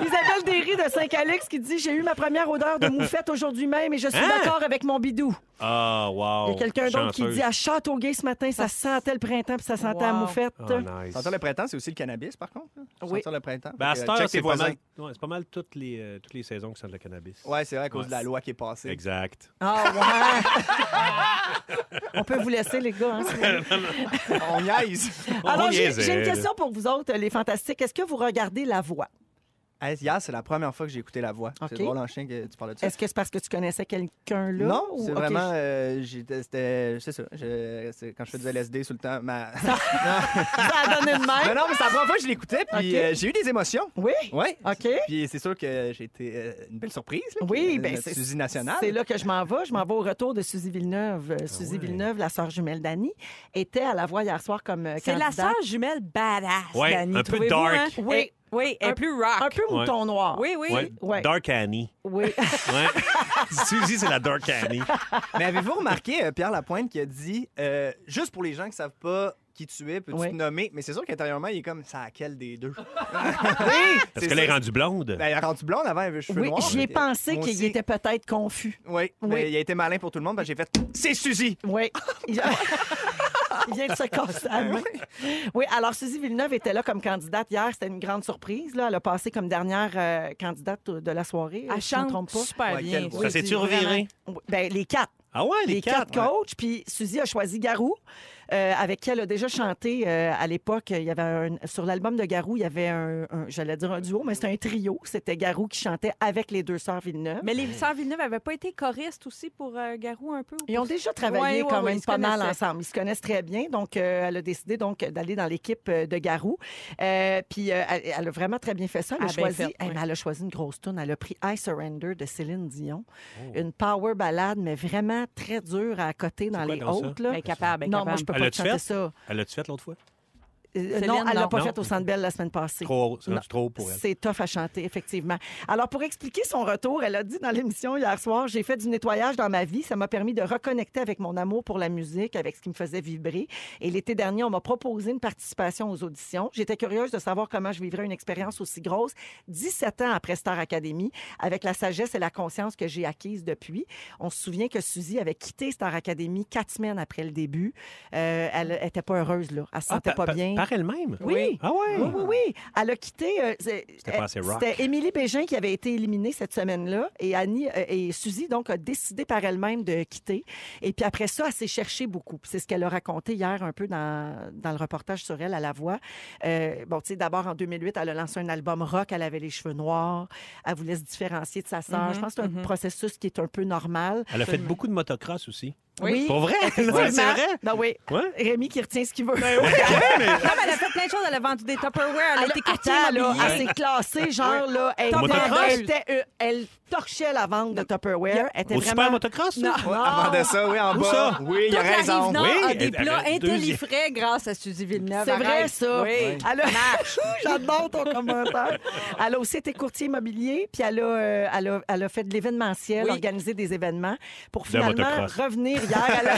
A: Isabelle Derry de Saint-Calix qui dit J'ai eu ma première odeur de moufette aujourd'hui même et je suis
B: Hein?
A: d'accord avec mon bidou.
B: Ah, wow.
A: Il y a quelqu'un d'autre qui
B: Chanceuse.
A: dit À Châteauguay ce matin, ça sentait le printemps puis ça sentait la
D: Wow.
A: moufette.
B: Oh, nice.
C: Sentir le printemps, c'est aussi le cannabis, par contre. là.
A: Oui.
C: Sentir le printemps.
B: Ben, à
C: Fait que,
B: cette
C: euh,
B: heure,
C: check
B: c'est
C: tes
B: pas
C: voisins.
B: mal, ouais, c'est pas mal toutes les, euh, toutes les saisons qui sentent le cannabis.
C: Ouais, c'est vrai, à cause
B: Ouais.
C: de la loi qui est passée.
B: Exact.
A: Ah, ouais. Ah, On peut vous laisser, les gars. hein, si vous voulez.
C: On niaise.
A: Alors, Ah,
B: On
A: j'ai
B: niaisait,
A: j'ai une
B: là.
A: question pour vous autres, les fantastiques. Est-ce que vous regardez la voix
C: Hey, Hier, c'est la première fois que j'ai écouté la voix.
A: OK.
C: C'est drôle en chien que tu parles de ça.
A: Est-ce que c'est parce que tu connaissais quelqu'un là
C: Non,
A: ou-
C: c'est
A: OK,
C: vraiment. euh, j'étais- c'était- c'est ça. je- c'est quand je fais du LSD sous le temps. Ma... non,
A: Ça a donné de
C: mais
A: même.
C: non, mais c'est la première fois que je l'écoutais, puis
A: OK.
C: euh, j'ai eu des émotions.
A: Oui.
C: Ouais.
A: OK.
C: Puis c'est sûr que j'ai été euh, une belle surprise. Là,
A: Oui,
C: que,
A: ben,
C: Euh, notre
A: c'est-
C: Suzy nationale. Ah
A: C'est là que je m'en vais. Je m'en vais au retour de Suzy Villeneuve. Euh, Suzy
B: ouais.
A: Villeneuve, la sœur jumelle d'Annie, était à la voix hier soir comme euh,
D: C'est la
A: candidate.
D: sœur jumelle badass.
B: Ouais,
D: Dani,
B: un peu
D: trouvez-vous,
B: dark.
D: hein? Oui, oui, elle
A: Un-
D: est plus rock.
A: Un peu mouton noir.
D: Oui, oui.
B: Ouais.
A: Ouais.
B: Dark Annie.
A: Oui.
B: Ouais. Suzy, c'est la Dark Annie.
C: Mais avez-vous remarqué euh, Pierre Lapointe qui a dit euh, juste pour les gens qui savent pas qui tu es, peux-tu
A: Ouais.
C: te nommer? Mais c'est sûr qu'intérieurement, il est comme, ça à quel des deux?
B: Parce
D: Ah,
C: C'est
B: qu'elle est
C: ça.
B: rendue blonde.
C: Ben, il a rendu blonde avant, il avait les cheveux
A: Oui,
C: noirs.
A: j'y ai
C: mais-
A: pensé
C: Moi
A: qu'il
C: aussi.
A: était peut-être confus.
C: Oui,
A: Oui.
C: mais il a été malin pour tout le monde, parce que j'ai fait, c'est Suzy!
A: Oui. Il il vient de se casser la main. Oui, alors Suzy Villeneuve était là comme candidate hier. C'était une grande surprise. Là. Elle a passé comme dernière euh, candidate de la soirée.
D: Elle
A: si je me
D: chante
A: trompe pas.
D: super
C: Ouais,
D: bien.
C: quelle voix.
B: Ça s'est-tu reviré?
A: Oui, Ben, les quatre.
B: Ah ouais,
A: Les, quatre, coachs. Puis Suzy a choisi Garou, euh, avec qui elle a déjà chanté euh, à l'époque. Il y avait un- sur l'album de Garou, il y avait un, un- j'allais dire un duo, mais c'était un trio. C'était Garou qui chantait avec les deux sœurs Villeneuve.
D: Mais les sœurs Villeneuve n'avaient pas été choristes aussi pour euh, Garou un peu? ou
A: Ils ont
D: pour-
A: déjà travaillé
D: Ouais, ouais,
A: quand
D: ouais,
A: même
D: ils se
A: pas mal
D: connaissaient.
A: ensemble. Ils se connaissent très bien. Donc, euh, elle a décidé donc d'aller dans l'équipe euh, de Garou. Euh, puis, euh, elle, elle a vraiment très bien fait ça. Elle a,
D: Ah, bien
A: choisi,
D: fait,
A: eh,
D: ouais.
A: mais elle a choisi une grosse tune. Elle a pris I Surrender de Céline Dion.
B: Oh.
A: Une power ballade, mais vraiment très dure à côté dans
B: quoi
A: les
B: donc ça?
A: hautes. là.
D: Ben, capable, ben,
A: non, moi,
D: capable.
A: je peux
B: Elle
A: pas te chanter
B: l'a-tu faite?
A: ça.
B: Elle l'a-tu faite l'autre fois?
A: Euh,
D: Céline,
A: non, elle l'a
D: non.
A: pas
B: Non.
A: faite au Centre Bell la semaine passée.
B: Trop, c'est
A: Non.
B: rendu trop pour elle.
A: C'est tough à chanter, effectivement. Alors, pour expliquer son retour, elle a dit dans l'émission hier soir, j'ai fait du nettoyage dans ma vie. Ça m'a permis de reconnecter avec mon amour pour la musique, avec ce qui me faisait vibrer. Et l'été dernier, on m'a proposé une participation aux auditions. J'étais curieuse de savoir comment je vivrais une expérience aussi grosse 17 ans après Star Academy, avec la sagesse et la conscience que j'ai acquise depuis. On se souvient que Suzy avait quitté Star Academy quatre semaines après le début. Euh, elle était pas heureuse, là. Elle se
B: Ah,
A: sentait
B: pa-
A: pas
B: pa-
A: bien.
B: Par elle-même?
A: Oui.
B: Ah ouais?
A: Oui, oui, oui. Elle a quitté. euh, c'est-
B: C'était pas assez rock.
A: C'était Émilie Bégin qui avait été éliminée cette semaine-là. Et Annie euh, et Suzy, donc, a décidé par elle-même de quitter. Et puis après ça, elle s'est cherchée beaucoup. Puis C'est ce qu'elle a raconté hier un peu dans, dans le reportage sur elle à La Voix. Euh, bon, tu sais, d'abord, en 2008, elle a lancé un album rock. Elle avait les cheveux noirs. Elle voulait se différencier de sa sœur.
D: Mhm,
A: Je pense que c'est un
D: mhm.
A: processus qui est un peu normal.
B: Elle a fait beaucoup de motocross aussi.
D: Oui.
B: Pour vrai? là, c'est
A: Effectivement.
B: vrai?
A: Ben oui.
B: Ouais. Ben
A: Rémi qui retient ce qu'il veut.
D: Non, mais elle a fait plein de choses. Elle a vendu des Tupperware. Elle a été courtier
A: Attends, là,
B: Ah,
D: immobilier.
A: elle s'est classée, genre, là, elle,
B: Au
A: était-
B: motocross?
A: elle était- euh, elle torchait la vente de Tupperware. Elle était
B: Au super
A: vraiment...
B: motocross?
D: Non.
B: là?
A: Ah!
C: Ouais, avant de ça, oui, en
B: Où
C: bas.
B: ça?
C: Oui, il a
D: Toute la
C: raison.
D: Rive-Nord
B: Oui,
D: a des
B: elle-
D: plats
B: elle- deuxième.
D: intellifrais grâce à Suzy Villeneuve.
A: C'est vrai,
D: Arrête.
A: ça.
D: Oui.
A: Elle a- J'adore ton commentaire. Elle a aussi été courtier immobilier, puis elle a, euh, elle a, elle a fait de l'événementiel,
D: Oui.
A: organisé des événements, pour
B: De
A: finalement
B: motocross.
A: revenir hier. à la-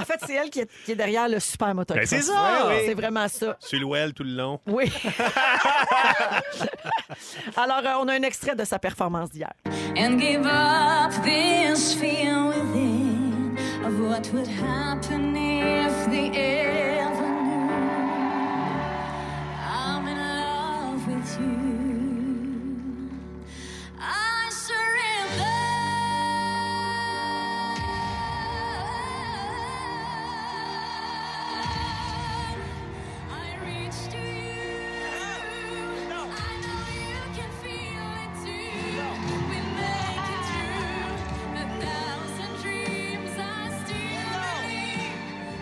A: en fait, c'est elle qui est, qui est derrière le super motocross.
B: Ben, c'est ça!
C: Ouais, oui.
A: C'est vraiment ça.
B: Sur le well tout le long.
A: Oui. Alors, euh, on a un extrait de sa performance d'hier.
E: and give up this fear within of what would happen if they ever knew I'm in love with you. I surrender. I reach to you. I know you can feel it too. We make it through a thousand dreams. I still believe.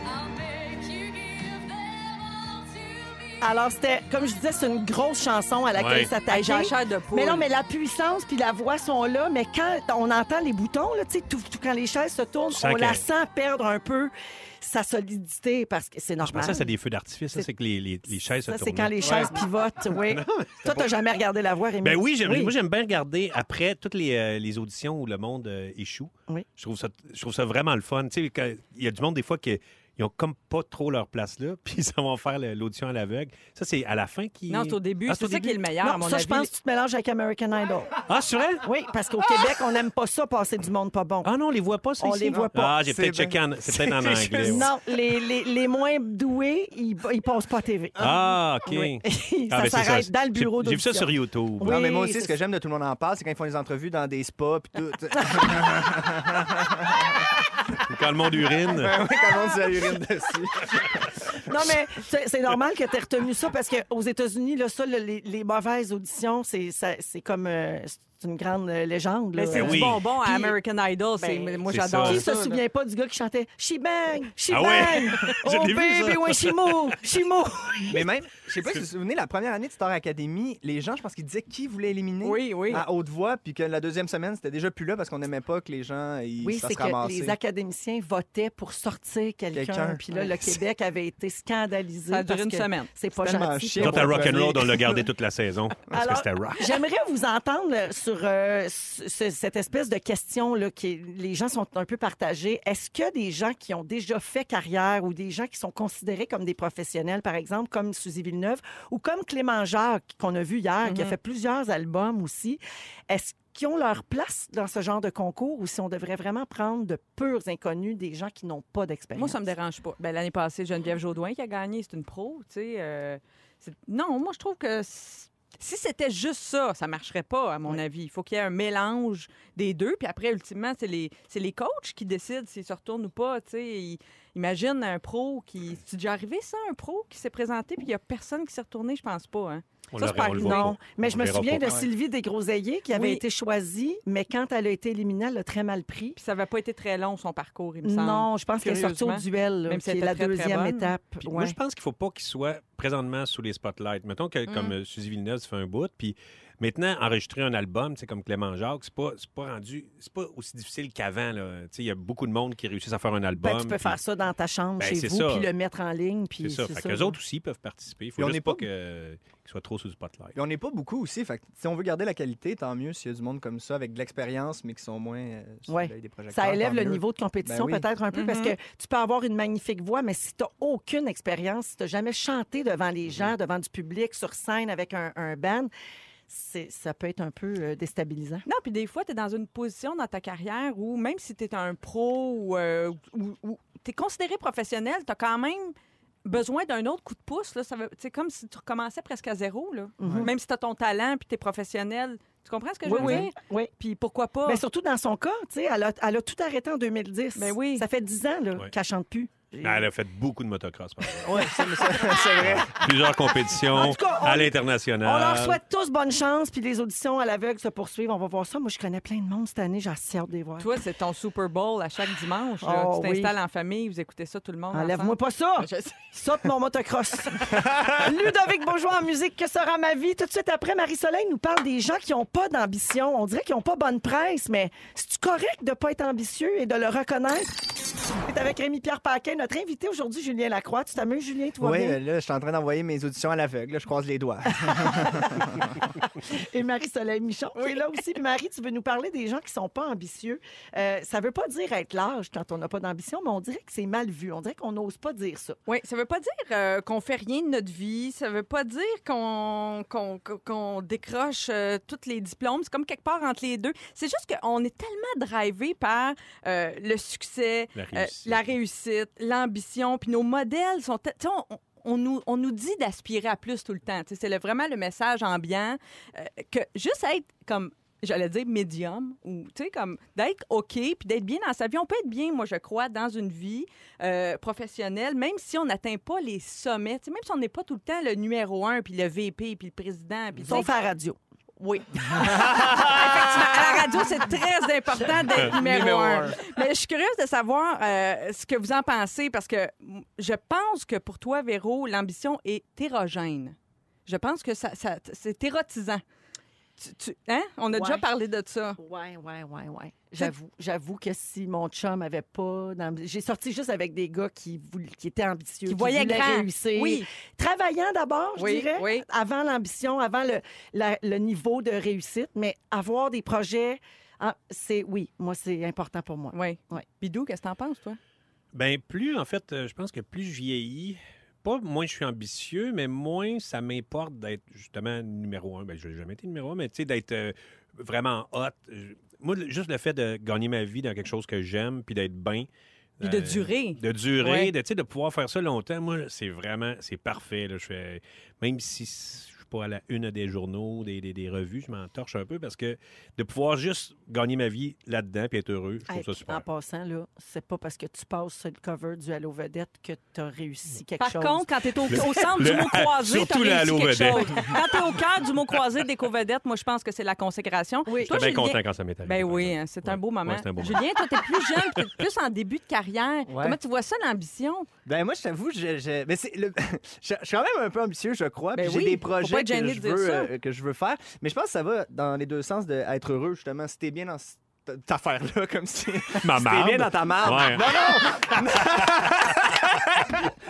E: I'll make you give them all to me.
A: Alors, c'était, comme je disais, c'est une grosse chanson à laquelle
B: Ouais.
A: s'attaquer.
D: Hey, j'ai la chair de poule.
A: Mais non, mais la puissance puis la voix sont là, mais quand on entend les boutons, là, tu sais, tout, tout- quand les chaises se tournent,
B: sens
A: on la
B: qu'elle-
A: sent perdre un peu sa solidité parce que c'est
B: Je pensais
A: normal.
B: que c'était des feux d'artifice. Ça, c'est que les, les, les chaises
A: Ça,
B: se
A: c'est
B: tournaient.
A: quand les chaises pivotent, oui. Toi, t'as jamais regardé la voix, Rémi?
B: Ben oui, j'aime- moi j'aime bien regarder après toutes les, euh, les auditions où le monde euh, échoue.
A: Oui.
B: Je trouve ça, je trouve ça vraiment le fun. Tu sais, quand- il y a du monde des fois qui ils ont comme pas trop leur place là, puis ils s'en vont faire le- l'audition à l'aveugle. Ça c'est à la fin qui.
D: Non, c'est au début.
B: Ah,
D: c'est ça qui est le meilleur, à
A: Non,
D: mon
A: ça,
D: avis.
A: je pense que tu te mélanges avec American Idol.
B: Ah, c'est vrai?
A: Oui, parce qu'au Québec, on n'aime pas ça, passer du monde pas bon.
B: Ah non, on les voit pas. ça,
A: On
B: ici?
A: les voit pas.
B: Ah, j'ai
C: C'est
B: peut-être
C: bien.
B: checké en, c'est peut-être en
C: C'est
B: anglais.
C: juste-
B: ouais.
A: Non, les, les, les moins doués, ils, ils passent pas à TV.
B: Ah, ok.
A: Oui.
B: Ah,
A: ça
B: ben, c'est
A: s'arrête dans le
B: J'ai-
A: bureau
B: J'ai vu ça
A: d'audition.
B: sur YouTube.
A: Oui.
C: non, mais moi aussi,
A: c'est
C: ce que
A: ça.
C: j'aime de tout le monde en parle, c'est quand ils font des entrevues dans des spas puis tout.
B: Ou Quand le monde urine.
C: Ben oui, quand on se urine dessus.
A: Non, mais c'est c'est normal que tu aies retenu ça parce qu'aux États-Unis, là, ça, là, les, les mauvaises auditions, c'est ça- c'est comme euh, c'est une grande euh, légende. là.
D: Mais c'est
B: Ben
D: du
B: oui.
D: bonbon à
A: Puis-
D: American Idol. c'est-
A: Ben,
D: moi,
B: c'est
D: j'adore
B: ça.
A: Qui
D: ça.
A: se souvient pas du gars qui chantait She bang, she
B: Ah ouais?
A: bang,
B: Je
A: oh
B: l'ai vu, ça.
A: baby, when she move, she move.
C: Mais même, je sais pas si vous vous souvenez, la première année de Star Academy, les gens, je pense qu'ils disaient qui voulait éliminer
D: Oui, oui.
C: à haute voix, puis que la deuxième semaine, c'était déjà plus là parce qu'on n'aimait pas que les gens ils
A: Oui,
C: se
A: c'est
C: fassent
A: que
C: ramasser.
A: les académiciens votaient pour sortir quelqu'un.
C: Quelqu'un.
A: Puis là, le Québec avait été scandalisé.
D: Ça a duré
A: parce
D: une
A: que
D: semaine.
A: C'est pas
C: tellement
A: gentil.
C: chiant.
B: Quant à
C: Bon,
B: rock'n'roll,
C: premier.
B: on l'a gardé toute la saison. Parce que
A: Alors-
B: c'était rock.
A: J'aimerais vous entendre sur sur euh, ce- ce- cette espèce de question là, qui est- les gens sont un peu partagés. Est-ce que des gens qui ont déjà fait carrière ou des gens qui sont considérés comme des professionnels, par exemple, comme Suzy Villeneuve ou comme Clément Jacques qu'on a vu hier,
D: Mm-hmm.
A: qui a fait plusieurs albums aussi, est-ce qui ont leur place dans ce genre de concours ou si on devrait vraiment prendre de purs inconnus, des gens qui n'ont pas d'expérience?
D: Moi, ça me dérange pas. Ben, L'année passée, Geneviève Jaudoin qui a gagné, c'est une pro, tu sais. euh, c'est- non, moi, je trouve que c- si c'était juste ça, ça marcherait pas, à mon avis. Il faut qu'il y ait un mélange des deux. Puis après, ultimement, c'est les, c'est les coachs qui décident s'ils se retournent ou pas, tu sais. Ils- Imagine un pro qui... C'est déjà arrivé, ça, un pro qui s'est présenté puis il y a personne qui s'est retourné, je pense pas, hein.
B: On
D: Ça, c'est
B: l'aurait-
D: pas-
B: on le voit
A: Non,
B: pas.
A: mais
B: On
A: je me
B: verra
A: souviens
B: pas.
A: de Sylvie Desgroseilliers qui avait
D: Oui.
A: été choisie, mais quand elle a été éliminée, elle l'a très mal pris.
D: Puis ça va pas été très long, son parcours, il me semble.
A: Non, je pense qu'elle est sortie au
D: Curieusement.
A: duel, là,
D: Même si
A: qui
D: elle
A: est
D: était
A: la
D: très, très
A: deuxième
D: bonne.
A: étape.
B: Puis
A: Ouais.
B: Moi, je pense qu'il faut pas qu'il soit présentement sous les spotlights. Mettons que,
A: Mm.
B: comme euh, Suzy Villeneuve ça fait un bout, puis maintenant, enregistrer un album, tu sais, comme Clément Jacques, c'est pas, c'est pas rendu... C'est pas aussi difficile qu'avant, là. Tu sais, il y a beaucoup de monde qui réussissent à faire un album.
A: Ben, tu peux
B: puis-
A: faire ça dans ta chambre
B: Ben,
A: chez
B: c'est
A: vous,
B: ça.
A: puis le mettre en ligne.
B: C'est
A: Puis
B: ça. Fait qu'eux autres aussi peuvent participer. Il faut
C: Puis on
B: juste
C: n'est
B: pas,
C: pas-
B: que- euh, qu'ils soient trop sous le spotlight.
C: Puis on n'est pas beaucoup aussi. Fait que si on veut garder la qualité, tant mieux s'il y a du monde comme ça, avec de l'expérience, mais qui sont moins euh, sous
A: Ouais.
C: l'œil des projecteurs.
A: Ça élève
C: tant
A: le
C: mieux.
A: niveau de compétition
C: Ben oui.
A: peut-être un peu parce
D: Mm-hmm.
A: que tu peux avoir une magnifique voix, mais si tu n'as aucune expérience, si tu n'as jamais chanté devant
B: Mm-hmm.
A: les gens, devant du public, sur scène avec un, un band, c'est- ça peut être un peu euh, déstabilisant.
D: Non, puis des fois, tu es dans une position dans ta carrière où même si tu es un pro ou, euh, ou- ou- tu es considéré professionnel, tu as quand même besoin d'un autre coup de pouce. là. Ça veut- C'est comme si tu recommençais presque à zéro. Là. Même si tu as ton talent puis tu es professionnel. Tu comprends ce que je veux dire?
A: oui.
D: Puis pourquoi pas?
A: Mais surtout dans son cas, tu sais, elle a, elle a tout arrêté en 2010.
D: Ben oui.
A: Ça fait 10 ans là,
B: Ouais.
A: qu'elle chante plus.
B: Ah, Elle a fait beaucoup de motocross. par exemple.
C: Ouais, ça, mais ça, c'est vrai.
B: Plusieurs compétitions
A: En tout cas, on-
B: à
A: On
B: l'international.
A: leur souhaite tous bonne chance, puis les auditions à l'aveugle se poursuivent. On va voir ça. Moi, je connais plein de monde cette année. J'ai assez hâte de les voir.
D: Toi, c'est ton Super Bowl à chaque dimanche. là.
A: Oh,
D: tu
A: oui.
D: t'installes en famille, vous écoutez ça tout le monde.
A: Enlève-moi
D: ensemble.
A: pas ça!
D: Je sais.
A: Saute mon motocross. Ludovic Bourgeois en musique, que sera ma vie? Tout de suite après, Marie-Soleil nous parle des gens qui n'ont pas d'ambition. On dirait qu'ils n'ont pas bonne presse, mais c'est-tu correct de ne pas être ambitieux et de le reconnaître? C'est avec Rémi-Pierre Paquin, notre invité aujourd'hui, Julien Lacroix. Tu t'amuses, Julien, tu vois
C: Oui,
A: bien?
C: euh, là, je suis en train d'envoyer mes auditions à l'aveugle. là, Je croise les doigts.
A: Et Marie-Soleil Michon qui est là aussi. Puis Marie, tu veux nous parler des gens qui sont pas ambitieux. Euh, ça veut pas dire être large quand on n'a pas d'ambition, mais on dirait que c'est mal vu. On dirait qu'on n'ose pas dire ça.
D: Oui, ça veut pas dire euh, qu'on fait rien de notre vie, ça veut pas dire qu'on qu'on- qu'on décroche euh, tous les diplômes, c'est comme quelque part entre les deux. C'est juste qu'on est tellement drivé par euh, le succès,
B: La
D: euh,
B: réussite.
D: la réussite, l'ambition, puis nos modèles sont... te- tu sais, on- on- on nous, on nous dit d'aspirer à plus tout le temps. Tu sais, C'est le- vraiment le message ambiant euh, que juste être comme, j'allais dire, médium ou, tu sais, comme d'être OK puis d'être bien dans sa vie. On peut être bien, moi, je crois, dans une vie euh, professionnelle, même si on n'atteint pas les sommets. Tu sais, même si on n'est pas tout le temps le numéro un puis le VP puis le président. Puis, tu sais,
A: Sauf à la radio.
D: oui. Effectivement, à la radio, c'est très important d'être numéro
C: Numéro
D: un.
C: un.
D: Mais je suis curieuse de savoir euh, ce que vous en pensez parce que m- je pense que pour toi, Véro, l'ambition est érogène. Je pense que ça, ça- c'est érotisant. Tu- tu- hein? On a
A: Ouais.
D: déjà parlé de ça.
A: Ouais, ouais, ouais, ouais. J'avoue, j'avoue que si mon chum avait pas, d'ambi- j'ai sorti juste avec des gars qui voulaient- qui étaient ambitieux,
D: Qui voyaient
A: voulaient
D: grand.
A: réussir,
D: Oui.
A: travaillant d'abord, je
D: Oui,
A: dirais,
D: oui.
A: avant l'ambition, avant le, la- le niveau de réussite, mais avoir des projets, ah, c'est oui, moi c'est important pour moi.
D: Oui.
A: Ouais.
D: Bidou, qu'est-ce que t'en penses, toi?
B: Ben plus, en fait, euh, je pense que plus je vieillis, pas moins je suis ambitieux, mais moins ça m'importe d'être justement numéro un. Ben, je n'ai jamais été numéro un, mais tu sais, d'être euh, vraiment hot. Je- Moi, le- juste le fait de gagner ma vie dans quelque chose que j'aime, puis d'être bien.
D: Puis de
B: euh,
D: durer.
B: De durer,
D: Ouais.
B: de, tu sais, de pouvoir faire ça longtemps, moi, c'est vraiment, c'est parfait. là. Je fais- même si je suis pas à la une des journaux, des, des- des revues, je m'en torche un peu parce que de pouvoir juste gagner ma vie là-dedans puis être heureux, je trouve
A: Hey,
B: ça
A: puis
B: super.
A: En passant, là, c'est pas parce que tu passes sur le cover du Halo Vedette que tu as réussi quelque
D: Par
A: chose.
D: contre, quand t'es au,
B: Le-
D: au centre du
B: le-
D: mot croisé, t'as
B: surtout le
D: réussi
B: halo
D: quelque
B: vedette.
D: chose. Quand t'es au cœur du mot croisé des covedettes, moi, je pense que c'est la consécration.
A: Oui.
B: J'étais bien
D: Toi, Julien,
B: content quand ça m'est arrivé.
D: Ben
B: par
D: oui,
B: exemple.
D: hein, c'est
B: Ouais.
D: un beau moment.
B: Ouais, c'est un beau moment.
D: Julien, toi, t'es plus jeune, puis t'es plus en début de carrière.
C: Ouais.
D: Comment tu vois ça, l'ambition?
C: Ben moi, je t'avoue, je, je- mais c'est le- je- je suis quand même un peu ambitieux, je crois. puis
D: Ben
C: j'ai
D: oui,
C: des
D: faut pas
C: projets
D: être
C: que
D: gêné
C: je,
D: de dire
C: veux,
D: ça.
C: euh, que je veux faire. Mais je pense que ça va dans les deux sens d'être heureux, justement. Si t'es bien dans cette affaire-là, comme si...
B: Ma
C: si t'es
B: marde.
C: bien dans ta marde.
B: Ouais.
C: Non, non!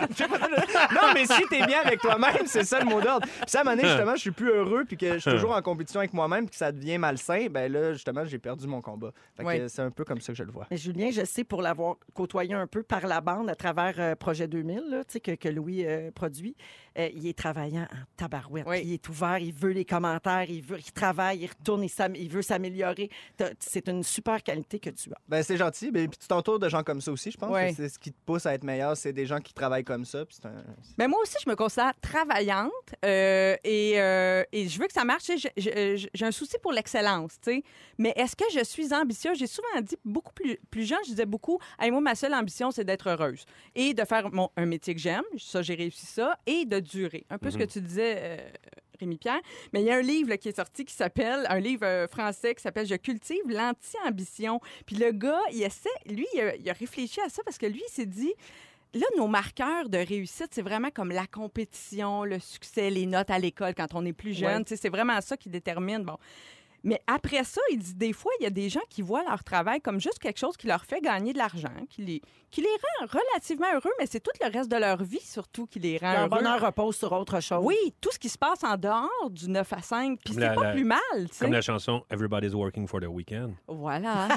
C: non, mais si t'es bien avec toi-même, c'est ça le mot d'ordre. Puis ça, à un moment donné,
D: Hein.
C: justement, je suis plus heureux, puis que je suis toujours en compétition avec moi-même, puis que ça devient malsain, ben là, justement, j'ai perdu mon combat. Fait que
D: Ouais.
C: euh, c'est un peu comme ça que je le vois.
A: Mais Julien, je sais pour l'avoir côtoyé un peu par la bande à travers euh, Projet 2000 là, tu sais, que, que Louis euh, produit, euh, il est travaillant en tabarouette.
D: Oui.
A: Il est ouvert, il veut les commentaires, il, veut, il travaille, il retourne, il, s'am- il veut s'améliorer. T'as- C'est une super qualité que tu as.
C: Ben, c'est gentil, ben, puis tu t'entoures de gens comme ça aussi, je pense.
D: Ouais.
C: C'est ce qui te pousse à être meilleur, c'est des gens qui travaillent comme ça, puis c'est un...
D: Mais Ben, moi aussi, je me considère travaillante euh, et, euh, et je veux que ça marche. Tu sais, je- je- je- J'ai un souci pour l'excellence, tu sais. Mais est-ce que je suis ambitieuse? J'ai souvent dit, beaucoup plus, plus jeune, je disais beaucoup, Hey, moi, ma seule ambition, c'est d'être heureuse et de faire mon, un métier que j'aime. Ça, j'ai réussi ça et de durer. Un peu ce que tu disais, euh, Rémi-Pierre. Mais il y a un livre là, qui est sorti qui s'appelle, un livre euh, français qui s'appelle Je cultive l'anti-ambition. Puis le gars, il essaie, lui, il a, il a réfléchi à ça parce que lui, il s'est dit, là, nos marqueurs de réussite, c'est vraiment comme la compétition, le succès, les notes à l'école quand on est plus jeune.
A: Ouais.
D: Tu sais, C'est vraiment ça qui détermine. Bon. Mais après ça, il dit des fois, il y a des gens qui voient leur travail comme juste quelque chose qui leur fait gagner de l'argent, qui les, qui les rend relativement heureux, mais c'est tout le reste de leur vie surtout qui les rend
A: Leur
D: heureux.
A: bonheur repose sur autre chose.
D: Oui, tout ce qui se passe en dehors du 9 à 5, puis
B: Comme
D: c'est
B: la-
D: pas
B: la-
D: plus mal, tu sais.
B: Comme la chanson Everybody's Working for the Weekend.
D: Voilà.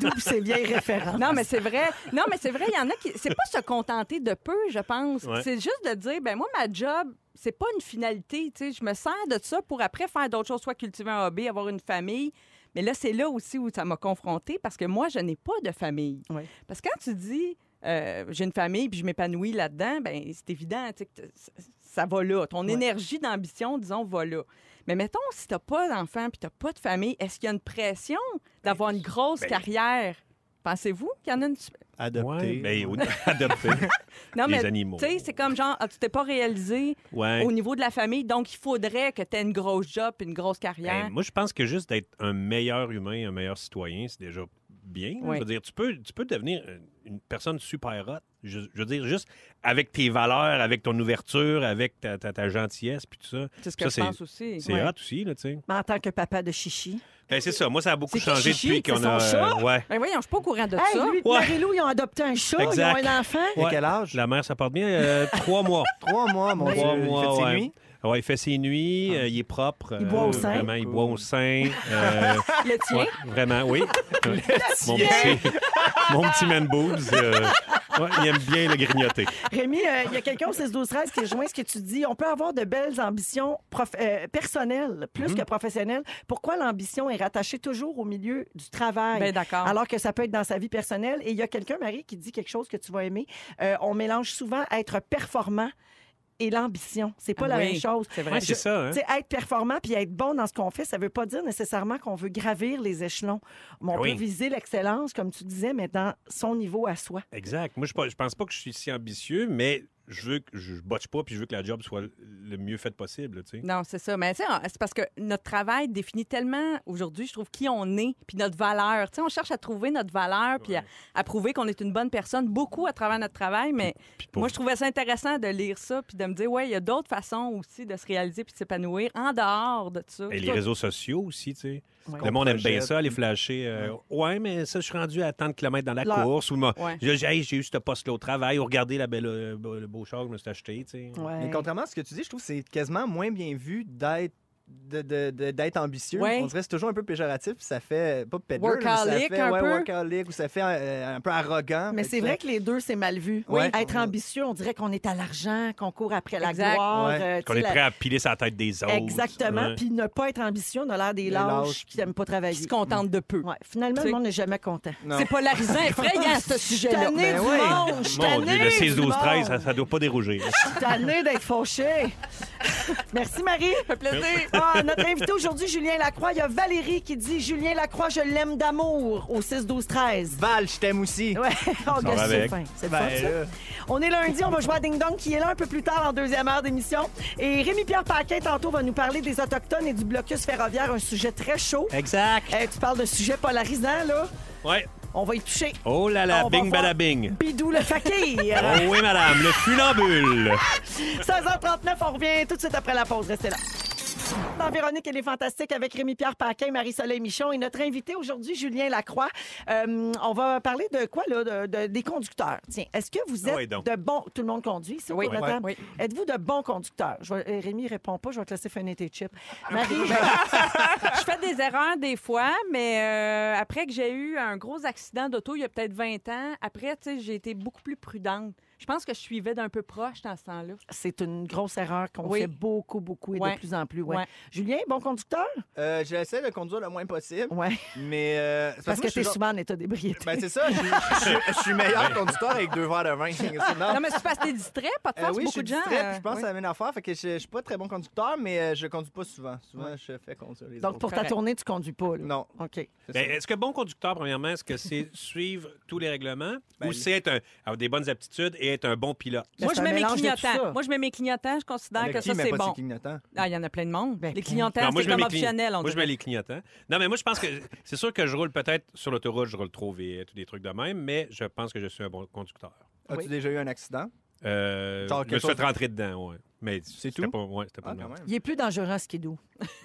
A: D'où ces vieilles références.
D: non, mais c'est vrai. Non, mais c'est vrai, il y en a qui c'est pas se contenter de peu, je pense.
B: Ouais.
D: C'est juste de dire ben moi ma job c'est pas une finalité, tu sais, je me sers de ça pour après faire d'autres choses, soit cultiver un hobby, avoir une famille. Mais là, c'est là aussi où ça m'a confrontée parce que moi, je n'ai pas de famille.
A: Ouais.
D: Parce que quand tu dis euh, j'ai une famille puis je m'épanouis là-dedans, ben c'est évident, tu sais, que t- ça- ça va là. Ton
A: Ouais.
D: énergie d'ambition, disons, va là. Mais mettons, si t'as pas d'enfant puis t'as pas de famille, est-ce qu'il y a une pression d'avoir une grosse
B: ben-
D: carrière? Pensez-vous qu'il y en a une...
C: Adopté.
B: Ouais, ben, oui, adopté.
D: Non,
B: les
D: mais
B: animaux.
D: tu sais, c'est comme genre, ah, tu t'es pas réalisé
B: Ouais.
D: au niveau de la famille, donc il faudrait que tu aies une grosse job puis une grosse
B: Ben,
D: carrière.
B: moi, je pense que juste d'être un meilleur humain, un meilleur citoyen, c'est déjà bien. là.
D: Oui.
B: Je veux dire, tu peux, tu peux devenir une- une personne super hot. Je, je veux dire, juste avec tes valeurs, avec ton ouverture, avec ta, ta- ta gentillesse, puis tout ça.
D: c'est ce que
B: ça,
D: je
B: c'est-
D: pense aussi.
B: C'est
D: Ouais.
B: hot aussi, là, tu sais.
A: Mais en tant que papa de chichi.
B: Ben, c'est ça. Moi, ça a beaucoup
D: C'est qui,
B: changé
D: Chichi?
B: depuis
D: C'est
B: qu'on a. euh,
D: son chat?
B: ouais.
D: Ben voyons, je suis pas au courant de
A: Hey,
D: ça.
A: lui, et
B: Ouais.
A: Marie-Lou, ils ont adopté un chat,
B: Exact.
A: ils ont un enfant.
C: À
B: Ouais.
C: quel âge?
B: La mère, ça porte bien. euh, trois mois.
C: Trois mois, mon Dieu.
B: Trois
C: Il
B: mois,
C: fait ses
B: ouais.
C: nuits.
B: Ah Ouais, il fait ses nuits, euh, il est propre.
A: Ah. Il boit au sein.
B: Vraiment, il
C: Cool.
B: boit au sein. euh,
D: Le tien.
B: ouais, vraiment, oui. Euh, mon, petit, mon petit man boobs. euh, ouais, il aime bien le grignoter.
A: Rémi, euh, il y a quelqu'un au 16-12-13 qui est joint ce que tu dis. On peut avoir de belles ambitions prof- euh, personnelles, plus
D: Mhm.
A: que professionnelles. Pourquoi l'ambition est rattachée toujours au milieu du travail?
D: Ben d'accord.
A: alors que ça peut être dans sa vie personnelle. Et il y a quelqu'un, Marie, qui dit quelque chose que tu vas aimer. Euh, on mélange souvent être performant et l'ambition. C'est pas
D: Ah
A: la
D: oui,
A: même chose.
D: C'est vrai.
B: Ouais, c'est ça. Hein?
A: Tu sais, être performant puis être bon dans ce qu'on fait, ça veut pas dire nécessairement qu'on veut gravir les échelons. Mais on
D: Ben
B: Ah oui.
A: peut viser l'excellence, comme tu disais, mais dans son niveau à soi.
B: Exact. Moi, je, suis pas- je pense pas que je suis si ambitieux, mais je veux que je botche pas, puis je veux que la job soit le mieux faite possible. Tu sais.
D: Non, c'est ça. Mais tu sais, c'est parce que notre travail définit tellement aujourd'hui, je trouve, qui on est, puis notre valeur. Tu sais, on cherche à trouver notre valeur, puis à, à prouver qu'on est une bonne personne, beaucoup à travers notre travail. Mais
B: Puis pour-
D: moi, je trouvais ça intéressant de lire ça, puis de me dire, ouais, il y a d'autres façons aussi de se réaliser, puis de s'épanouir en dehors de ça.
B: Et Ben, les réseaux sociaux aussi, tu sais.
A: Ouais.
B: Le monde aime bien
C: projette.
B: ça, aller flasher. euh, ouais, mais ça, je suis rendu à tant de kilomètres dans la
A: Là.
B: course. Ou ma-
D: Ouais.
B: je- j'ai hey, j'ai eu ce poste-là au travail. Ou regardez la belle, euh, beau- le beau char que je me suis acheté, tu sais.
A: Ouais.
C: Mais contrairement à ce que tu dis, je trouve que c'est quasiment moins bien vu d'être de- de- de- d'être ambitieux.
D: Ouais.
C: On dirait que c'est toujours un peu péjoratif, puis ça fait pas pédure, mais
D: Workaholic,
C: ça fait,
D: un
C: ouais,
D: peu.
C: workaholic, ou ça fait euh, un peu arrogant.
A: Mais
C: Fait
A: c'est
C: que
A: vrai que les deux, c'est mal vu.
C: Ouais.
A: Être ambitieux, on dirait qu'on est à l'argent, qu'on court après la
D: Exact.
A: gloire.
C: Ouais.
A: euh, tu
B: Qu'on
A: sais,
B: est
A: la-
B: prêt à piler sa tête des autres. hein.
A: Exactement.
B: Ouais.
A: Puis ne pas être ambitieux, on a l'air des
C: Des
A: lâches
C: lâches.
A: qui n'aiment pas
D: Qui
A: travailler.
D: se contentent de peu.
A: Ouais. Finalement,
D: C'est-
A: le monde n'est jamais content.
C: Non.
D: C'est polarisant, effrayant, ce
A: Je
D: sujet-là.
A: suis tannée
C: Ben
A: du
C: oui.
A: monde, je suis
B: Mon Dieu,
A: tannée
B: le
A: du
B: 6, 12, 13,
A: monde.
B: ça, ça doit pas dérouger.
A: Je suis tannée d'être fauchée. Merci, Marie.
D: fait
B: Ben,
D: plaisir.
A: Ah, notre invité aujourd'hui, Julien Lacroix. Il y a Valérie qui dit Julien Lacroix, je l'aime d'amour au 6, 12, 13.
C: Val, je t'aime aussi.
A: Ouais, oh,
B: va
A: gars, c'est
B: avec.
A: fin. C'est le
C: Ben,
A: fun, ça.
B: euh,
C: là.
A: On est lundi, on va jouer à Ding Dong qui est là un peu plus tard en deuxième heure d'émission. Et Rémi-Pierre Paquin, tantôt, va nous parler des Autochtones et du blocus ferroviaire, un sujet très chaud.
B: Exact.
A: Eh, tu parles de sujet polarisant, là.
B: Ouais.
A: On va y toucher.
B: Oh là là,
A: On va
B: bing
A: voir
B: bada bing.
A: Bidou le fakir.
B: Oh oui, madame, le funambule.
A: 16h39, on revient tout de suite après la pause. Restez là. Dans Véronique, elle est fantastique avec Rémi-Pierre Paquin, Marie-Soleil Michon et notre invité aujourd'hui, Julien Lacroix. Euh, on va parler de quoi, là? De- de- des conducteurs. Tiens, est-ce que vous êtes
B: Oui, donc.
A: de bons... Tout le monde conduit, c'est
D: Oui.
A: autour de la
C: Ouais.
A: table?
D: Oui.
A: Êtes-vous de bons conducteurs? Je vais- Rémi répond pas, je vais te laisser finir tes chips. Marie,
D: Je fais des erreurs des fois, mais euh, après que j'ai eu un gros accident d'auto il y a peut-être 20 ans, après, tu sais, j'ai été beaucoup plus prudente. Je pense que je suivais d'un peu proche dans ce temps-là.
A: c'est une grosse erreur qu'on
D: Oui.
A: fait beaucoup, beaucoup et
D: Ouais.
A: de plus en plus. ouais.
D: Ouais.
A: Julien, bon conducteur?
C: Euh, J'essaie de conduire le moins possible,
A: Oui,
C: mais. euh, c'est
A: parce
C: moi,
A: que
C: je suis
A: t'es
C: genre-
A: souvent en état d'ébriété.
C: Ben, c'est ça, je, je- je- je suis meilleur conducteur avec deux verres de vin. Non,
D: Non, mais c'est parce que t'es distrait, pas de
C: Ah. Euh,
D: force,
C: oui, je
D: beaucoup
C: suis
D: de gens.
C: distrait,
D: euh,
C: puis je pense
D: oui.
C: à la même affaire. Fait que je, je suis pas très bon conducteur, mais euh, je conduis pas souvent. Souvent, je fais conduire les
A: Donc,
C: autres.
A: pour ta
D: Correct.
A: tournée, tu conduis pas. là.
C: Non.
A: OK.
C: c'est
B: Ben,
C: ça.
B: est-ce que bon conducteur, premièrement, est-ce que c'est suivre tous les règlements
C: Ben,
B: ou c'est être un- avoir des bonnes aptitudes et être un bon pilote?
A: Ben,
D: Moi,
A: c'est
D: je
A: un
D: mets mes
A: mélange de tout ça.
D: clignotants. Moi, je mets mes clignotants. Je considère
C: Le
D: que
C: qui
D: ça,
C: met
D: c'est
C: pas ses
D: bon.
C: clignotants?
D: Ah, il y en a plein de monde.
A: Ben,
D: les clignotants,
B: Non, moi, je
D: c'est
B: mets
D: comme
B: mes clign-
D: optionnel. On
B: Moi, je mets
D: dirait.
B: les clignotants. Non, mais moi, je pense que c'est sûr que je roule peut-être sur l'autoroute, je roule trop vite ou des trucs de même, mais je pense que je suis un bon conducteur.
C: As-tu
A: Oui.
C: déjà eu un accident?
B: Euh,
C: Genre
B: je me
C: quelque
B: suis fait
C: chose-
B: rentrer dedans, oui. Mais
C: C'est
B: c'était
C: tout?
B: Pas, ouais, c'était pas
C: Ah,
B: de
C: quand
B: mal.
C: même.
A: Il est plus dangereux en skidoo.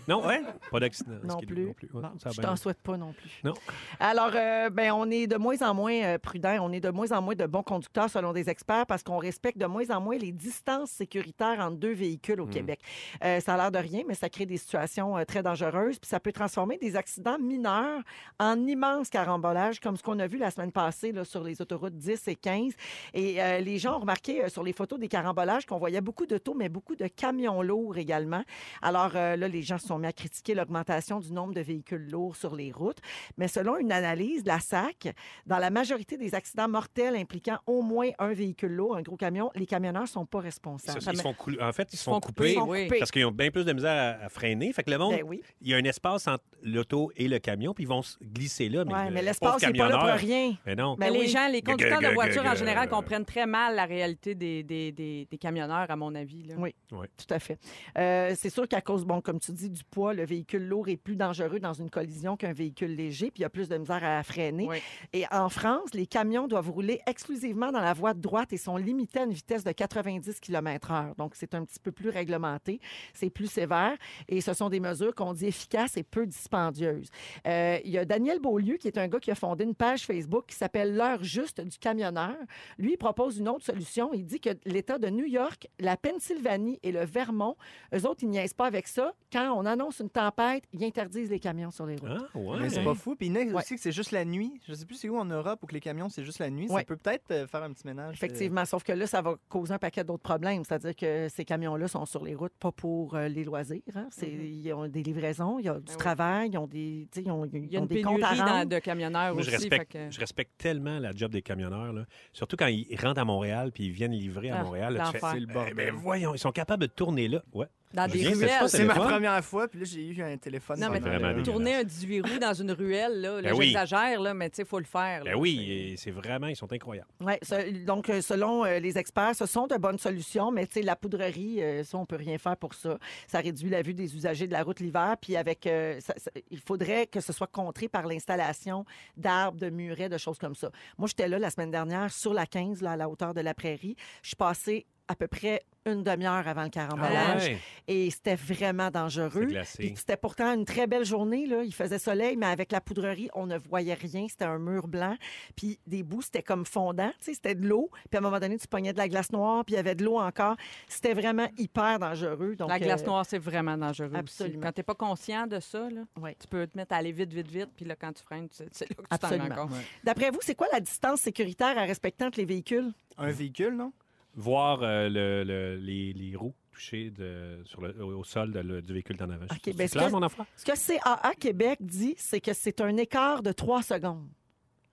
B: Non, ouais, pas d'accident.
A: Non
B: ski-
A: plus.
B: Non plus. ouais,
A: Bon,
B: ça a
A: je
B: bien
A: t'en souhaite pas non plus.
B: Non.
A: Alors, euh, ben, on est de moins en moins euh, prudent, on est de moins en moins de bons conducteurs selon des experts parce qu'on respecte de moins en moins les distances sécuritaires entre deux véhicules
B: Mm.
A: au Québec. Euh, ça a l'air de rien, mais ça crée des situations euh, très dangereuses. Puis ça peut transformer des accidents mineurs en immenses carambolages, comme ce qu'on a vu la semaine passée là, sur les autoroutes 10 et 15. Et euh, les gens ont remarqué euh, sur les photos des carambolages qu'on voyait beaucoup d'autos, mais beaucoup de camions lourds également. Alors euh, là, les gens se sont mis à critiquer l'augmentation du nombre de véhicules lourds sur les routes. Mais selon une analyse de la SAC, dans la majorité des accidents mortels impliquant au moins un véhicule lourd, un gros camion, les camionneurs ne sont pas responsables.
B: Ça, ils se font cou- En fait, ils se
D: Ils
B: font couper
A: couper,
D: oui.
B: parce qu'ils ont bien plus de misère à, à freiner. Fait que le monde,
A: Ben oui.
B: il y a un espace entre l'auto et le camion, puis ils vont se glisser là. Mais,
A: Ouais,
B: le
A: mais
B: pauvre
A: l'espace n'est pas là
B: camionneur-
A: pour rien.
B: Mais non.
A: Ben
D: Mais
A: oui.
D: les gens, les
B: Gueu,
D: conducteurs
B: gueu,
D: de voitures
B: gueu,
D: en
B: gueu.
D: général comprennent très mal la réalité des, des, des, des camionneurs, à mon avis. là.
A: Oui. Tout à fait. Euh, c'est sûr qu'à cause, bon, comme tu dis, du poids, le véhicule lourd est plus dangereux dans une collision qu'un véhicule léger, puis il y a plus de misère à freiner.
D: Oui.
A: Et en France, les camions doivent rouler exclusivement dans la voie de droite et sont limités à une vitesse de 90 km/h. Donc, c'est un petit peu plus réglementé, c'est plus sévère, et ce sont des mesures qu'on dit efficaces et peu dispendieuses. Euh, Il y a Daniel Beaulieu, qui est un gars qui a fondé une page Facebook qui s'appelle L'heure juste du camionneur. Lui, il propose une autre solution. Il dit que l'État de New York, la Pennsylvanie et le Vermont, eux autres, ils niaisent pas avec ça. Quand on annonce une tempête, ils interdisent les camions sur les routes.
B: Ah, ouais.
C: Mais c'est pas fou. Puis il y en a
A: Ouais.
C: aussi que c'est juste la nuit. Je sais plus c'est où en Europe ou que les camions, c'est juste la nuit.
A: Ouais.
C: Ça peut peut-être euh, faire un petit ménage. euh,
A: Effectivement, sauf que là, ça va causer un paquet d'autres problèmes. C'est-à-dire que ces camions-là sont sur les routes pas pour euh, les loisirs. hein. C'est- Ils ont des livraisons, ils ont du
D: Mm-hmm. Ben oui.
A: travail, ils ont des, tu sais, ils ont, ils
D: Il y a
A: ont
D: une
A: des comptes à
D: pénurie
A: rendre.
D: dans- de camionneurs
B: Moi, je,
D: aussi. fait
B: respecte,
D: que-
B: je respecte tellement la job des camionneurs, là. surtout quand ils rentrent à Montréal puis ils viennent livrer à
D: Ah,
B: Montréal. là, tu fais,
D: l'enfer.
C: C'est le
B: Eh
C: bordel.
B: ben, voyons, ils sont capables de tourner là. Ouais.
D: Dans
B: Je
D: des
B: viens de-
D: ruelles.
B: c'est
C: C'est ma
B: téléphone.
C: première fois, puis là, j'ai eu un téléphone.
D: Non, mais
C: pendant
B: vraiment
C: le-
B: des-
D: tourner un 18 roues dans une ruelle, là, là,
B: Ben oui.
D: j'exagère, là, mais tu sais, il faut le faire. là.
B: Ben oui, et c'est vraiment, ils sont incroyables.
A: Ouais, ce- donc, euh, selon euh, les experts, ce sont de bonnes solutions, mais tu sais, la poudrerie, euh, ça, on peut rien faire pour ça. Ça réduit la vue des usagers de la route l'hiver, puis avec, euh, ça- ça- il faudrait que ce soit contré par l'installation d'arbres, de murets, de choses comme ça. Moi, j'étais là la semaine dernière, sur la 15, là, à la hauteur de la prairie. Je suis passée à peu près une demi-heure avant le carambolage.
B: Ah, ouais.
A: Et c'était vraiment dangereux.
B: C'était glacé.
A: Puis C'était pourtant une très belle journée. Là. Il faisait soleil, mais avec la poudrerie, on ne voyait rien. C'était un mur blanc. Puis des bouts, c'était comme fondant. Tu sais, C'était de l'eau. Puis à un moment donné, tu pognais de la glace noire, puis il y avait de l'eau encore. C'était vraiment hyper dangereux. Donc,
D: La glace
A: euh,
D: noire, c'est vraiment dangereux aussi.
A: absolument.
D: Quand t'es pas conscient de ça, là,
A: Ouais.
D: tu peux te mettre à aller vite, vite, vite, puis là, quand tu freines, tu- c'est là que tu t'en
A: Absolument.
D: rends compte.
A: D'après vous, c'est quoi la distance sécuritaire à respecter entre les véhicules?
C: Un véhicule, non?
B: Voir euh, le- le- les, les roues touchées de- sur le- au au sol de le- du véhicule d'en avant.
A: Ok,
B: C'est
A: ben, est-ce
B: clair,
A: que-
B: mon enfant?
A: Ce que CAA Québec dit, c'est que c'est un écart de 3 secondes.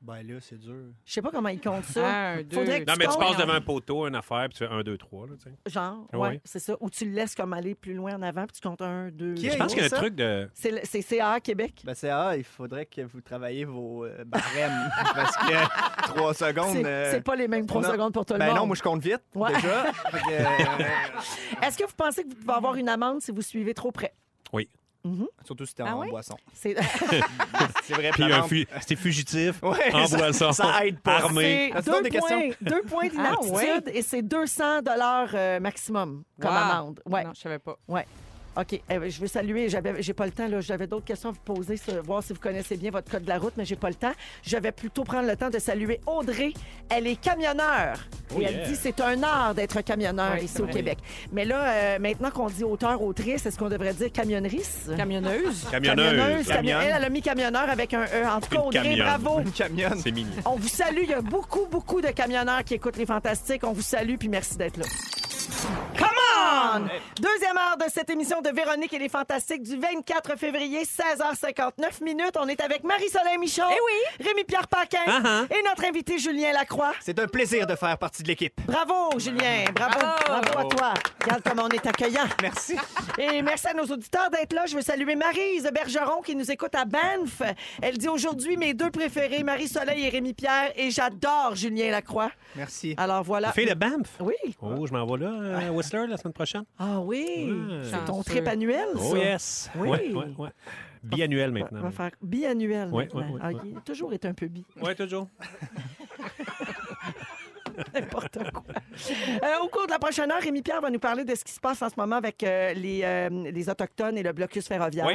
C: Ben là, c'est dur.
A: Je sais pas comment ils comptent ça.
D: Un, deux,
A: Faudrait que
B: Non, mais tu
A: comptes,
B: passes
A: hein?
B: devant un poteau, une affaire, puis tu fais un, deux, trois. Là, tu sais.
A: Genre, ouais,
C: Ah
B: Ouais.
A: c'est ça. Ou tu le laisses comme aller plus loin en avant, puis tu comptes un, deux.
C: Qui
B: Je
C: est-
B: pense qu'il y a un
C: ça?
B: truc de.
A: C'est le- c'est CAA Québec.
C: Ben c'est ah, il faudrait que vous travailliez vos euh, barèmes parce que trois secondes.
A: C'est
C: euh,
A: c'est pas les mêmes trois
C: non.
A: secondes pour tout le
C: ben non,
A: monde.
C: moi je compte vite
A: Ouais.
C: déjà. Fait que, euh,
A: Est-ce que vous pensez que vous pouvez avoir une amende si vous suivez trop près?
C: surtout si t'es
D: Ah
C: en
D: oui?
C: boisson.
A: C'est
C: C'est vrai.
B: Puis
C: la
B: un
C: lampe-
B: fu- c'était fugitif
C: Ouais,
B: en
C: ça-
B: boisson.
C: ça aide pas.
B: Armé.
A: c'est
C: Ah, c'est
A: deux,
C: hors de
A: points, deux points d'inaptitude
D: Ah,
A: et c'est 200 dollars euh, maximum comme
D: Wow.
A: amende. Ouais.
D: Non, je savais pas.
A: Ouais. OK. Eh ben, je veux saluer. J'avais, j'ai pas le temps. Là. J'avais d'autres questions à vous poser, sur- voir si vous connaissez bien votre code de la route, mais j'ai pas le temps. Je vais plutôt prendre le temps de saluer Audrey. Elle est camionneur.
B: Oh
A: et elle
B: yeah.
A: dit c'est un art d'être camionneur ici au Québec. Mais là, euh, maintenant qu'on dit auteur, autrice, est-ce qu'on devrait dire camionneriste?
D: Camionneuse.
A: camion-
B: Camionneuse.
C: Camionne.
A: Elle, elle a mis camionneur avec un E. En tout cas,
B: Une
A: Audrey,
B: camionne.
A: bravo.
C: Une camionne.
B: C'est mignon.
A: On vous salue. Il y a beaucoup, beaucoup de camionneurs qui écoutent les Fantastiques. On vous salue, puis merci d'être là. Come on! Deuxième heure de cette émission de Véronique et les Fantastiques du 24 février, 16h59 minutes. On est avec Marie-Soleil Michon,
D: Eh
A: Rémi-Pierre Paquin
B: Ah, ah.
A: et notre invité Julien Lacroix.
C: C'est un plaisir de faire partie de l'équipe.
A: Bravo, Julien. Bravo. Bravo,
D: Bravo.
A: à toi. Regarde comment on est accueillant.
C: Merci.
A: Et merci à nos auditeurs d'être là. Je veux saluer Marise Bergeron qui nous écoute à Banff. Elle dit aujourd'hui mes deux préférés, Marie-Soleil et Rémi-Pierre, et j'adore Julien Lacroix.
C: Merci.
A: Alors voilà.
B: Fais le Banff.
A: Oui.
B: Oh, je m'en vais là, à Whistler, la semaine prochaine.
A: Ah oui. C'est ton
D: Chanceux.
A: trip annuel, ça.
B: Ah, Oh yes.
A: Oui.
B: Ouais, ouais, ouais. Biannuel
A: On
B: maintenant.
A: va faire biannuel.
B: Ouais,
A: maintenant.
B: ouais, ouais,
A: Ah,
B: ouais.
A: il a toujours été un peu bi.
B: Oui, toujours.
A: N'importe quoi. Euh, au cours de la prochaine heure, Rémi Pierre va nous parler de ce qui se passe en ce moment avec euh, les, euh, les Autochtones et le blocus ferroviaire.
B: Oui.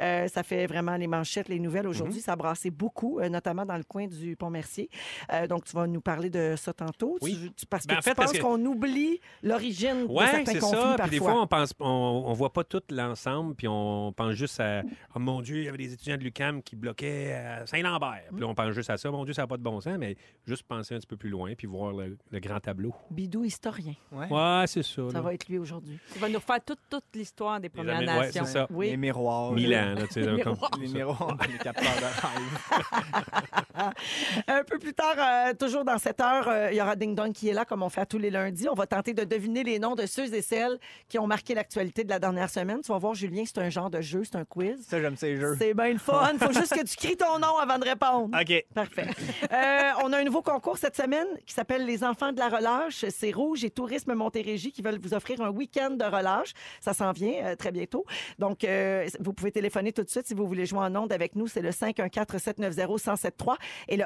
A: Euh, ça fait vraiment les manchettes, les nouvelles
B: Mhm.
A: aujourd'hui. Ça a brassé beaucoup, euh, notamment dans le coin du Pont-Mercier. Euh, donc, tu vas nous parler de ça tantôt.
B: Oui.
A: Tu- tu- parce que
B: Ben, en
A: tu
B: fait, parce
A: penses
B: que-
A: qu'on oublie l'origine
B: Oui,
A: de certains
B: c'est
A: conflits
B: ça.
A: parfois.
B: Puis des fois, on pense, on, on voit pas tout l'ensemble, puis on pense juste à oh mon Dieu, il y avait des étudiants de l'UCAM qui bloquaient à Saint-Lambert. Puis là, on pense juste à ça. Mon Dieu, ça n'a pas de bon sens, mais juste penser un petit peu plus loin, puis voir le, le grand tableau.
A: Bidou historien.
B: Ouais, c'est ça.
A: Ça
B: là.
A: va être lui aujourd'hui.
D: Tu vas nous refaire toute, toute l'histoire des
B: Les
D: Premières
B: Amé- ouais,
D: Nations.
B: c'est ça.
A: Oui.
C: Les miroirs.
B: Milan, là, tu sais, là, comme-
C: Les miroirs, les capteurs de
A: Un peu plus tard, euh, toujours dans cette heure, euh, il y aura Ding Dong qui est là, comme on fait à tous les lundis. On va tenter de deviner les noms de ceux et celles qui ont marqué l'actualité de la dernière semaine. Tu vas voir, Julien, c'est un genre de jeu, c'est un quiz.
C: Ça, j'aime ces jeux.
A: C'est bien le fun. Faut juste que tu cries ton nom avant de répondre.
C: OK.
A: Parfait. Euh, on a un nouveau concours cette semaine qui s'appelle Les enfants de la relâche. C'est Rouge et Tourisme Montérégie qui veulent vous offrir un week-end de relâche. Ça s'en vient euh, très bientôt. Donc, euh, vous pouvez téléphoner tout de suite si vous voulez jouer en ondes avec nous. C'est le 514-790-1073 et le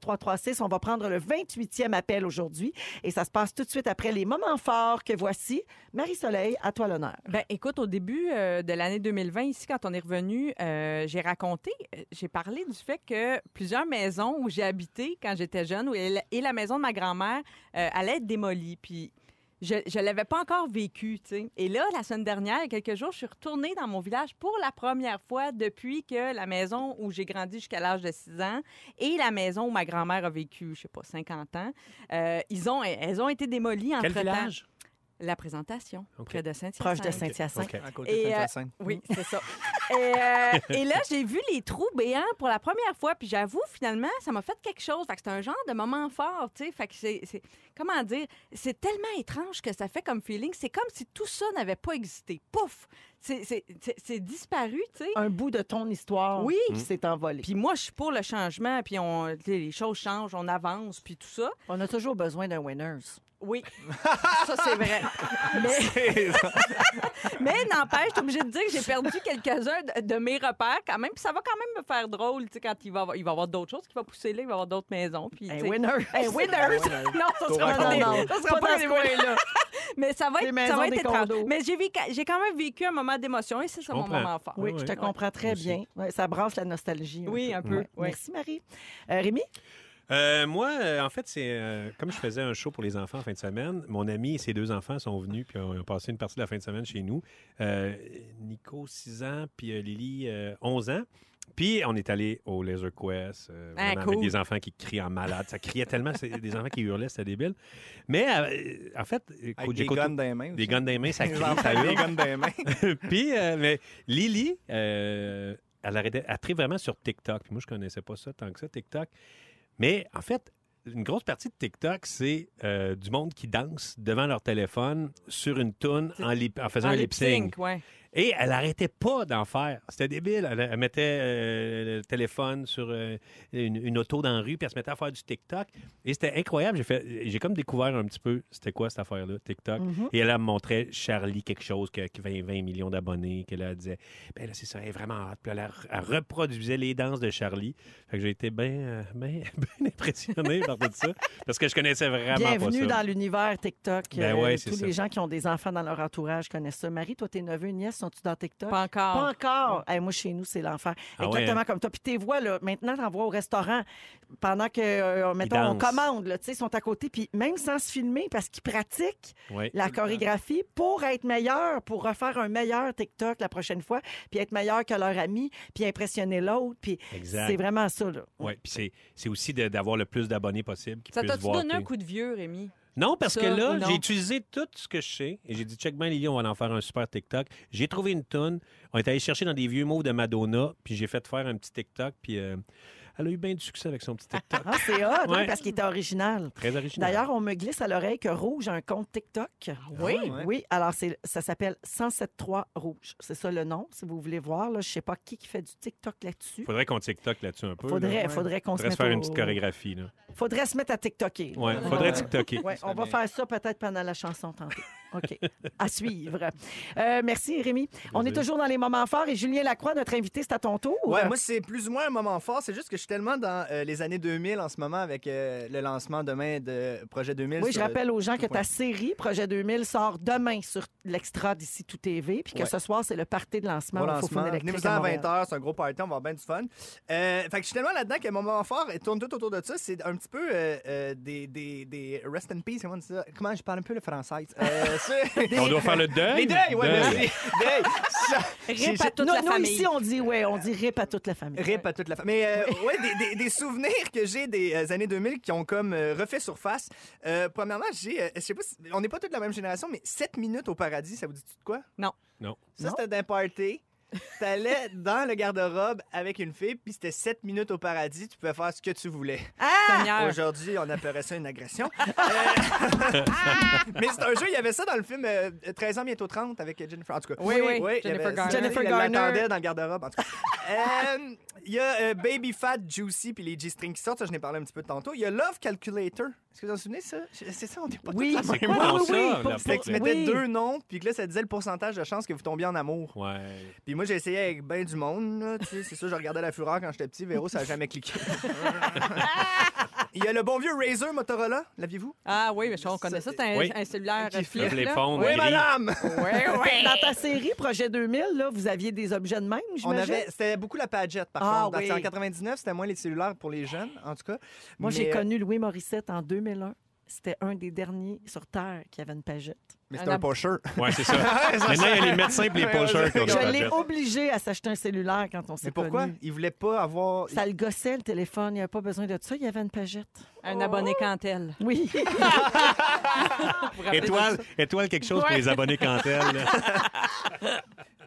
A: 1-855-768-4336. On va prendre le 28e appel aujourd'hui et ça se passe tout de suite après les moments forts que voici. Marie-Soleil, à toi l'honneur.
D: Ben, écoute, au début euh, de l'année 2020, ici, quand on est revenu, euh, j'ai raconté, euh, j'ai parlé du fait que plusieurs maisons où j'ai habité quand j'étais jeune où elle- et la maison de ma grand-mère euh, allait être démolie. Puis je ne l'avais pas encore vécu, tu sais. Et là, la semaine dernière, il y a quelques jours, je suis retournée dans mon village pour la première fois depuis que la maison où j'ai grandi jusqu'à l'âge de 6 ans et la maison où ma grand-mère a vécu, je sais pas, 50 ans, euh, ils ont, elles ont été démolies
B: Quel
D: entre-temps.
B: village?
D: La présentation,
B: OK.
D: près de Saint-Hyacinthe.
A: Proche de Saint-Hyacinthe.
B: OK.
C: À côté
D: Et,
C: de
D: euh,
C: Saint-Hyacinthe.
D: Oui, c'est ça. et, euh, et là, j'ai vu les trous béants pour la première fois. Puis j'avoue, finalement, ça m'a fait quelque chose. Fait que c'est un genre de moment fort, tu sais. Fait que c'est... c'est- Comment dire? C'est tellement étrange que ça fait comme feeling. C'est comme si tout ça n'avait pas existé. Pouf! C'est- C'est c'est- c'est disparu, tu sais.
A: Un bout de ton histoire
D: Oui.
A: qui s'est envolé.
D: Puis moi, je suis pour le changement. Puis on, tu sais, les choses changent, on avance, puis tout ça.
A: On a toujours besoin d'un winners.
D: Oui, ça c'est vrai. Mais, Mais n'empêche, je suis obligée de dire que j'ai perdu quelques-uns de, de mes repères quand même. Puis ça va quand même me faire drôle, tu sais, quand il va y avoir, il va y avoir d'autres choses qui vont pousser là, il va y avoir d'autres maisons. Puis, tu
A: Un
D: sais-
A: winner.
D: Hey, winners! non, ça
C: Tour
D: sera
C: à
D: pas, des-
C: condo.
D: ça
A: Pas
D: sera pas
A: dans
D: des
A: ce coin-là.
D: winners. Mais ça va
A: Des
D: être,
A: maisons,
D: ça va
A: des
D: être étrange.
A: condos.
D: Mais j'ai, vécu- j'ai quand même vécu un moment d'émotion et c'est ça mon
B: comprends.
D: moment fort.
A: Oui,
B: Ouais,
A: je te
B: ouais.
A: comprends très
B: Moi aussi.
A: bien. Ouais, ça brasse la nostalgie.
D: Oui, un peu,
A: Ouais.
D: ouais.
A: Merci, Marie. Euh, Rémi?
B: Euh, moi, euh, en fait, c'est euh, comme je faisais un show pour les enfants en fin de semaine, mon ami et ses deux enfants sont venus puis ont, ont passé une partie de la fin de semaine chez nous. Euh, Nico, 6 ans, puis euh, Lily, euh, 11 ans. Puis on est allé au Laser Quest euh,
D: Ah,
B: vraiment avec
D: cool.
B: des enfants qui crient en malade. Ça criait tellement, c'est des enfants qui hurlaient, c'était débile. Mais euh, en fait,
C: Avec
B: j'ai
C: des guns dans les mains.
B: des guns dans les mains, ça
C: aussi.
B: crie,
C: Les enfants
B: ça
C: avec
B: hurle.
C: des guns dans les mains.
B: Puis, euh, mais Lily, euh, elle arrêtait, elle tripe vraiment sur TikTok. Puis moi, je connaissais pas ça tant que ça, TikTok. Mais en fait, une grosse partie de TikTok, c'est euh, du monde qui danse devant leur téléphone sur une toune en, lip- en faisant
D: En
B: un lip sync.
D: ouais.
B: Et elle arrêtait pas d'en faire. C'était débile. Elle, elle mettait euh, le téléphone sur euh, une, une auto dans la rue, puis elle se mettait à faire du TikTok. Et c'était incroyable. J'ai fait, j'ai comme découvert un petit peu c'était quoi cette affaire-là, TikTok.
A: Mhm.
B: Et elle, elle me montrait Charlie quelque chose que- qui avait 20 millions d'abonnés, qu'elle elle disait, ben là, c'est ça, elle est vraiment hot. Puis elle, elle reproduisait les danses de Charlie. Fait que j'ai été bien impressionné par tout ça, parce que je connaissais vraiment pas ça.
A: Bienvenue dans l'univers TikTok. Euh,
B: Ben ouais, c'est
A: tous
B: ça.
A: les gens qui ont des enfants dans leur entourage connaissent ça. Marie, toi, tes neveux, nièces, sont-tu dans TikTok?
D: Pas encore.
A: Pas encore. Eh, moi, chez nous, c'est l'enfer.
B: Ah ouais,
A: Exactement
B: hein?
A: comme toi. Puis tes voix, là, maintenant, t'en vois au restaurant pendant que, euh, mettons, on
B: dansent.
A: commande, là, tu sais, ils sont à côté. Puis même sans se filmer, parce qu'ils pratiquent
B: Ouais.
A: la chorégraphie pour être meilleur, pour refaire un meilleur TikTok la prochaine fois, puis être meilleur que leur ami, puis impressionner l'autre. Puis
B: Exact.
A: c'est vraiment ça, là.
B: Ouais, puis c'est- c'est aussi de- d'avoir le plus d'abonnés possible qui
D: Ça
B: puissent
D: t'a-tu
B: voir.
D: donné
B: tes-
D: un coup de vieux, Rémi?
B: Non, parce
D: Ça,
B: que
D: ou
B: là,
D: non?
B: j'ai utilisé tout ce que je sais et j'ai dit, check bien, Lily, on va en faire un super TikTok. J'ai trouvé une toune. On est allé chercher dans des vieux mots de Madonna, puis j'ai fait faire un petit TikTok, puis euh, elle a eu bien du succès avec son petit TikTok.
A: Ah, c'est hot, oui,
B: Ouais.
A: parce qu'il était original.
B: Très original.
A: D'ailleurs, on me glisse à l'oreille que Rouge a un compte TikTok.
C: oui? Ah ouais?
A: Oui, alors c'est- ça s'appelle 1073 Rouge. C'est ça le nom, si vous voulez voir. Là, je sais pas qui, qui fait du TikTok là-dessus.
B: faudrait qu'on TikTok là-dessus un peu.
A: Faudrait,
B: là.
A: faudrait qu'on se
B: Faudrait se
A: mette
B: faire
A: au-
B: une petite chorégraphie. Là.
A: Faudrait se mettre à TikToker.
B: Ouais, faudrait TikToker.
A: Ouais, on va faire ça peut-être pendant la chanson tantôt. OK. À suivre. Euh, merci, Rémi. On est toujours dans les moments forts et Julien Lacroix, notre invité, c'est à ton tour.
C: Ouais, moi, c'est plus ou moins un moment fort. C'est juste que je suis tellement dans euh, les années 2000 en ce moment avec euh, le lancement demain de Projet 2000.
A: Oui, je
C: sur-
A: rappelle aux gens que
C: point.
A: ta série Projet 2000 sort demain sur l'extra d'ici tout TV, puis que
C: Ouais.
A: ce soir, c'est le party de lancement
C: Bon
A: au Faux
C: lancement.
A: Fun Électrique
C: Venez-vous-en
A: à
C: à
A: Montréal.
C: 20h, c'est un gros party, on va avoir bien du fun. Euh, fait que je suis tellement là-dedans que mon moment fort il tourne tout autour de ça. C'est un petit peu euh, euh, des, des, des rest in peace, comment on dit ça? Comment je parle un peu le français? Euh, c'est-
B: On doit faire le deuil.
C: Les deuils, ouais,
B: Deuil.
C: merci. Deuil. Ça- j'ai-
D: Rip à toute
A: nous,
D: la
A: nous,
D: famille.
A: ici, on dit, ouais, on dit rip à toute la famille.
C: Rip à toute la famille. Mais euh, ouais, des, des- des souvenirs que j'ai des euh, années 2000 qui ont comme euh, refait surface. Euh, premièrement, j'ai, euh, je sais pas, si- on n'est pas toute la même génération, mais 7 minutes au paradis, ça vous dit tout de quoi?
D: Non.
B: Non.
C: Ça,
A: Non.
C: c'était d'un party. T'allais dans le garde-robe avec une fille, puis c'était 7 minutes au paradis, tu pouvais faire ce que tu voulais.
A: Ah.
D: Seigneur.
C: Aujourd'hui, on appellerait ça une agression. Euh, mais c'est un jeu, il y avait ça dans le film euh, 13 ans, bientôt 30 avec Jennifer. En tout cas,
D: Oui, oui,
C: il y avait-
D: Jennifer Garner.
A: Jennifer
C: elle
A: Garner.
C: l'attendait dans le garde-robe, en tout cas. Euh, Il y a euh, Baby Fat, Juicy, puis les G-Strings qui sortent, ça, je n'ai parlé un petit peu tantôt. Il y a Love Calculator. Est-ce que vous vous en souvenez, ça? C'est ça, on n'est pas
A: Oui,
C: tous la
A: c'est
C: même
A: quoi,
B: Oui,
A: non,
B: on
A: oui,
B: sort,
A: oui,
B: là,
A: pour-
B: pour
C: Fait que tu
B: le-
C: mettais
A: Oui.
C: deux noms, puis que là, ça disait le pourcentage de chance que vous tombiez en amour.
B: Ouais.
C: Puis moi, j'ai essayé avec ben du monde, là, tu sais, c'est ça, je regardais la fureur quand j'étais petit, Véro, ça a jamais cliqué. Il y a le bon vieux Razer Motorola, l'aviez-vous?
D: Ah oui, mais je- on connaît ça. C'est un,
B: Oui.
D: un cellulaire
C: Qui
D: flip.
B: fait les
D: là.
B: fonds,
D: Oui,
B: les-
D: oui.
C: madame!
A: Dans ta série Projet 2000, là, vous aviez des objets de même,
C: On
A: j'imagine?
C: avait, c'était beaucoup la pagette, par
A: Ah,
C: contre. Dans-
A: oui.
C: En 99, c'était moins les cellulaires pour les jeunes, en tout cas.
A: Moi, j'ai
C: Mais, euh,
A: connu Louis Morissette en 2001. C'était un des derniers sur Terre qui avait une pagette.
C: Mais c'était un pocheur.
B: Ouais, c'est ça. Maintenant, il y a les médecins et les
C: Ouais,
B: pocheurs qui ont des
A: Je l'ai
B: pagettes.
A: obligé à s'acheter un cellulaire quand on s'est
C: Mais pourquoi?
A: connus.
C: Il voulait pas avoir...
A: Ça le gossait, le téléphone. Il n'y avait pas besoin de ça. Il y avait une pagette.
D: Un abonné cantel.
A: Oui.
B: Étoile, étoile quelque chose pour les abonnés Cantel. là.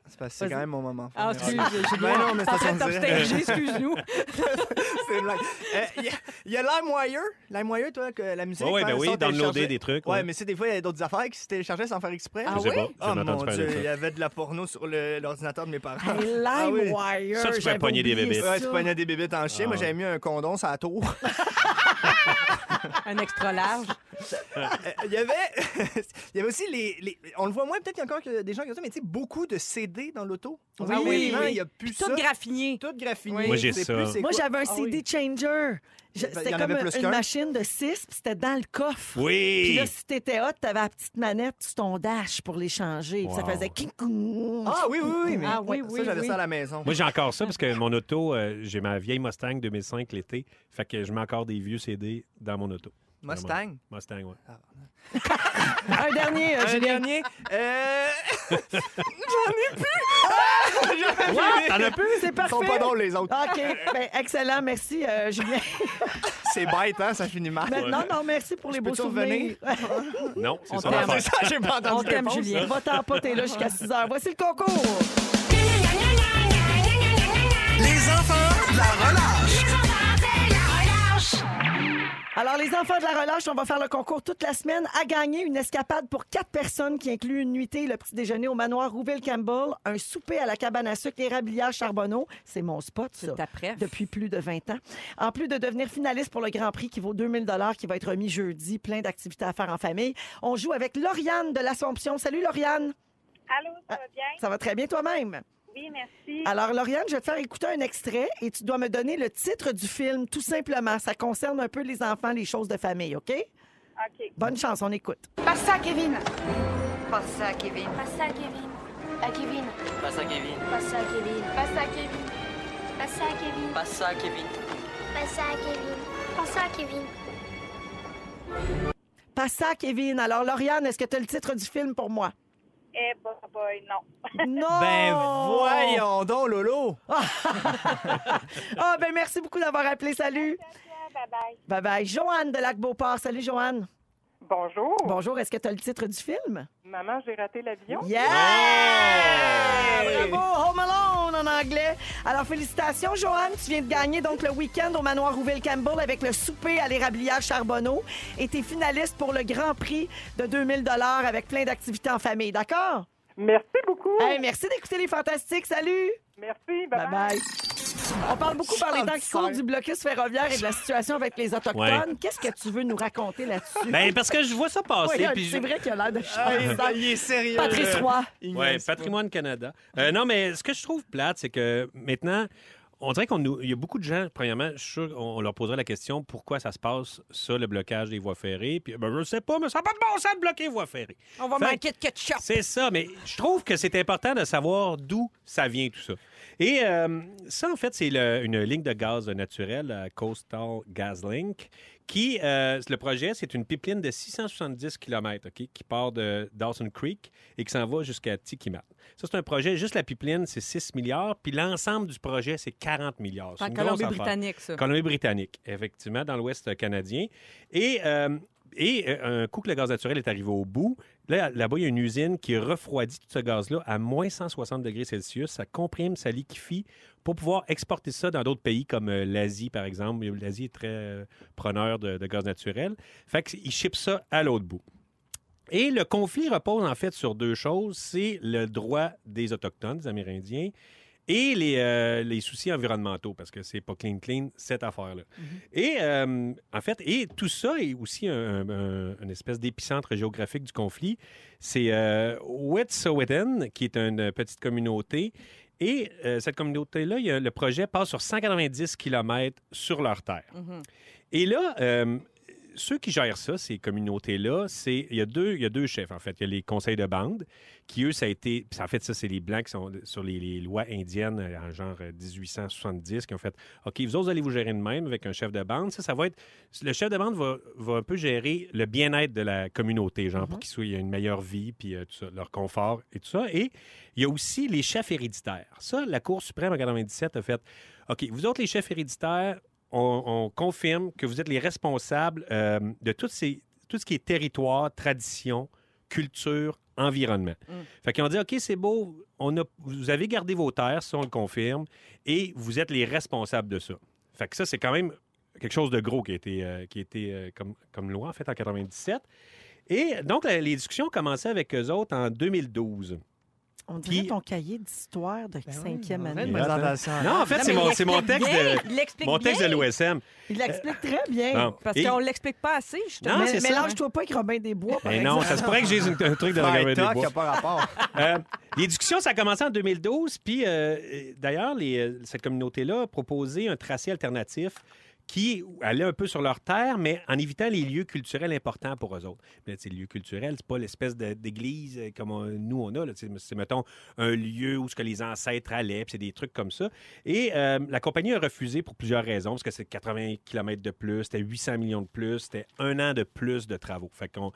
C: C'est parce que c'est quand même mon moment.
D: Ah, excuse, j'ai
C: Ben non, mais c'est
D: T'es en
C: parce
D: train de
C: qu'on dirait-
D: t'obstinger, excuse-nous.
C: C'est une blague. Euh, Il y a- il y a LimeWire. LimeWire, toi, que la musique...
B: Ouais, ouais,
C: quand
B: ben
C: ça,
B: oui,
C: on
B: downloader
C: téléchargeait-
B: des trucs,
C: Ouais.
B: ouais.
C: mais c'est des fois, il y a d'autres affaires qui se téléchargeaient sans faire exprès.
D: Ah
B: Je sais
D: oui?
B: pas.
C: Oh
B: J'ai
C: mon
B: entendu parler
C: Dieu,
B: de ça.
C: il y avait de la porno sur le- l'ordinateur de mes parents.
A: Hey,
C: Ah oui.
A: LimeWire.
B: Ça, tu peux
A: j'avais
B: pogner des
A: oublié
B: bébites.
A: ça.
C: Ouais, tu pognais des bébites en chien.
B: Ah
C: Moi,
B: ouais.
C: j'avais mis un condom sur la tour.
D: Un
B: Ah,
D: extra large.
C: Euh, Il y avait, il y avait aussi les, les- on le voit moins peut-être qu'il y a encore que des gens qui ont ça, mais tu sais beaucoup de CD dans l'auto. On
D: Oui,
C: dirait que
D: oui,
C: maintenant,
D: oui.
C: Il y a plus
D: Puis
C: ça.
D: tout graffiné.
C: Tout graffiné.
D: Oui. Moi,
B: j'ai
C: Tu sais
B: ça.
C: plus c'est
A: Moi,
C: quoi.
A: j'avais un
C: Ah
A: CD
C: oui.
A: changer. Je-
C: Ben, il
A: C'était
C: y en
A: comme
C: avait plus
A: une
C: qu'un.
A: machine de 6, puis c'était dans le coffre. Puis
B: Oui!
A: là, si t'étais hot, t'avais la petite manette sur ton dash pour les changer. Puis Ça
B: Wow.
A: faisait king
C: Ah oui, oui, oui. Mais
D: Ah oui,
C: ça,
D: oui,
C: j'avais
D: oui.
C: ça à la maison.
B: Moi, j'ai encore ça parce que mon auto, euh, j'ai ma vieille Mustang 2005 l'été. Fait que je mets encore des vieux CD dans mon auto.
C: Mustang.
B: Mustang, ouais.
A: Un dernier, euh,
C: Un
A: Julien.
C: dernier. Euh...
B: Ah! T'en as plus?
A: C'est
C: Ils
A: parfait.
C: sont pas drôles, les autres.
A: OK. Ben, excellent. Merci, euh, Julien.
C: C'est bête, hein? Ça finit mal.
A: Mais Non, non, merci pour les
C: Je
A: beaux
C: peux-tu
A: souvenirs.
B: Non, c'est
D: On
B: ça
D: t'aime.
B: l'affaire.
C: Ah, C'est ça, j'ai pas entendu.
D: On t'aime,
C: réponse.
D: Julien.
A: Va-t'en pas, t'es là jusqu'à 6 heures. Voici le concours.
E: Les enfants de la relâche.
A: Alors, les enfants de la relâche, on va faire le concours toute la semaine à gagner une escapade pour quatre personnes qui inclut une nuitée et le petit déjeuner au manoir Rouville-Campbell, un souper à la cabane à sucre et Rabillac Charbonneau. C'est mon spot, ça.
D: C'est ta préf.
A: Depuis plus de 20 ans. En plus de devenir finaliste pour le Grand Prix qui vaut 2000 qui va être remis jeudi, plein d'activités à faire en famille, on joue avec Lauriane de l'Assomption. Salut, Lauriane. Ah,
G: Allô, ça va bien?
A: Ça va très bien toi-même?
G: Oui, merci.
A: Alors, Lauriane, je vais te faire écouter un extrait et tu dois me donner le titre du film, tout simplement. Ça concerne un peu les enfants, les choses de famille, OK?
G: OK.
A: Bonne chance, on écoute.
H: Passe ça, Kevin.
I: Passe ça, Kevin.
E: Passe à Kevin. À Kevin.
I: Passe ça, Kevin.
E: Passe à Kevin. Passe à Kevin. Passe à Kevin.
I: Passe ça, Kevin.
E: Passe à Kevin. Passe à Kevin.
A: Pas ça, Kevin. Alors, Lauriane, est-ce que tu as le titre du film pour moi?
G: Eh, bah, boy, non.
A: Non!
C: Ben voyons donc, Lolo.
A: Ah, ben merci beaucoup d'avoir appelé. Salut!
G: Bye-bye.
A: Bye-bye. Joanne de Lac-Beauport. Salut, Joanne.
J: Bonjour.
A: Bonjour, est-ce que tu as le titre du film?
J: Maman, j'ai raté l'avion.
A: Yeah! Bravo! Home Alone en anglais. Alors, félicitations, Joanne. Tu viens de gagner donc le week-end au Manoir Rouville-Campbell avec le souper à l'érablière Charbonneau. Et tu es finaliste pour le Grand Prix de 2000 avec plein d'activités en famille. D'accord?
J: Merci beaucoup.
A: Hey, merci d'écouter les Fantastiques. Salut!
J: Merci. bye-bye.
A: Bye-bye. On parle beaucoup par les temps qui
C: Chanteur.
A: courent du blocus ferroviaire et de la situation avec les Autochtones.
B: Ouais.
A: Qu'est-ce que tu veux nous raconter là-dessus?
B: Ben, parce que je vois ça passer.
A: Ouais, hein,
B: puis je-
A: c'est vrai qu'il a l'air de
C: Ah,
A: chanter.
C: il est sérieux.
A: Patrice Roy.
B: Ouais, Patrimoine Canada. Euh, non, mais ce que je trouve plate, c'est que maintenant, on dirait qu'on nous- il y a beaucoup de gens, premièrement, je suis sûr qu'on on leur poserait la question pourquoi ça se passe, ça, le blocage des voies ferrées. Puis, ben, je sais pas, mais ça n'a pas de bon sens de bloquer les voies ferrées.
D: On va
B: Fait-
D: manquer de ketchup.
B: C'est ça, mais je trouve que c'est important de savoir d'où ça vient tout ça. Et euh, ça, en fait, c'est le- une ligne de gaz naturelle, la Coastal Gas Link, qui, euh, le projet, c'est une pipeline de 670 km qui part de Dawson Creek et qui s'en va jusqu'à Tikimat. Ça, c'est un projet, juste la pipeline, c'est 6 milliards, puis l'ensemble du projet, c'est 40 milliards.
D: C'est
B: C'est une
D: en
B: grosse affaire.
D: Colombie-Britannique, ça.
B: Colombie-Britannique, effectivement, dans l'Ouest canadien. Et, euh, et euh, un coup que le gaz naturel est arrivé au bout, là, là-bas, il y a une usine qui refroidit tout ce gaz-là à moins 160 degrés Celsius. Ça comprime, ça liquéfie pour pouvoir exporter ça dans d'autres pays comme euh, l'Asie, par exemple. L'Asie est très euh, preneur de, de gaz naturel. Fait qu'ils shippent ça à l'autre bout. Et le conflit repose en fait sur deux choses. C'est le droit des Autochtones, des Amérindiens, et les, euh, les soucis environnementaux, parce que c'est pas clean, clean, cette affaire-là. Et euh, en fait, et tout ça est aussi un, un- une espèce d'épicentre géographique du conflit. C'est euh, Wet'suwet'en, qui est une petite communauté. Et euh, cette communauté-là, il y a- le projet passe sur 190 km sur leur terre.
D: Mhm.
B: Et là, euh, ceux qui gèrent ça, ces communautés-là, c'est il y a deux il y a deux chefs en fait. Il y a les conseils de bande qui eux ça a été en fait ça c'est les blancs qui sont sur les, les lois indiennes euh, en genre euh, 1870 qui ont fait OK, vous autres allez vous gérer de même avec un chef de bande, ça ça va être le chef de bande va, va un peu gérer le bien-être de la communauté, genre pour qu'ils soient il y a une meilleure vie puis euh, tout ça, leur confort et tout ça et il y a aussi les chefs héréditaires. Ça la Cour suprême en 97 a fait OK, vous autres les chefs héréditaires on, on confirme que vous êtes les responsables euh, de toutes ces, tout ce qui est territoire, tradition, culture, environnement. Fait qu'ils ont dit, OK, c'est beau, on a, vous avez gardé vos terres, ça on le confirme, et vous êtes les responsables de ça. Fait que ça, c'est quand même quelque chose de gros qui a été, euh, qui a été euh, comme, comme loi, en fait, en 97. Et donc, la- les discussions commençaient avec eux autres en 2012.
A: On dirait
B: Puis-
A: ton cahier d'histoire de cinquième année.
B: mais-
C: présentation.
B: Non, en fait,
D: Non,
B: c'est
D: mais
B: mon,
D: il
B: c'est mon
D: l'explique
B: texte
D: bien,
B: de...
D: il l'explique
B: Mon texte de
D: bien.
B: l'OSM.
A: Il l'explique très bien.
B: Ben, Bon.
D: Parce
B: Et-
D: qu'on l'explique pas assez, justement.
B: Non,
A: Mais-
B: c'est ça.
A: Mélange-toi pas avec Robin des Bois, par
B: Mais non,
A: exemple.
B: ça se pourrait que j'ai une- un truc de la
C: Fry
B: Garenne des
C: Talk, y
B: Bois.
C: a pas rapport.
B: Euh, les discussions, ça a commencé en 2012. Puis, euh, euh, d'ailleurs, les, euh, cette communauté-là a proposé un tracé alternatif qui allait un peu sur leur terre, mais en évitant les lieux culturels importants pour eux autres. Mais, tu sais, les lieux culturels, c'est pas l'espèce de- d'église euh, comme on- nous, on a. là. Tu sais, C'est, mettons, un lieu où ce que les ancêtres allaient, puis c'est des trucs comme ça. Et euh, la compagnie a refusé pour plusieurs raisons, parce que c'est 80 km de plus, c'était 800 millions de plus, c'était un an de plus de travaux. Fait qu'on,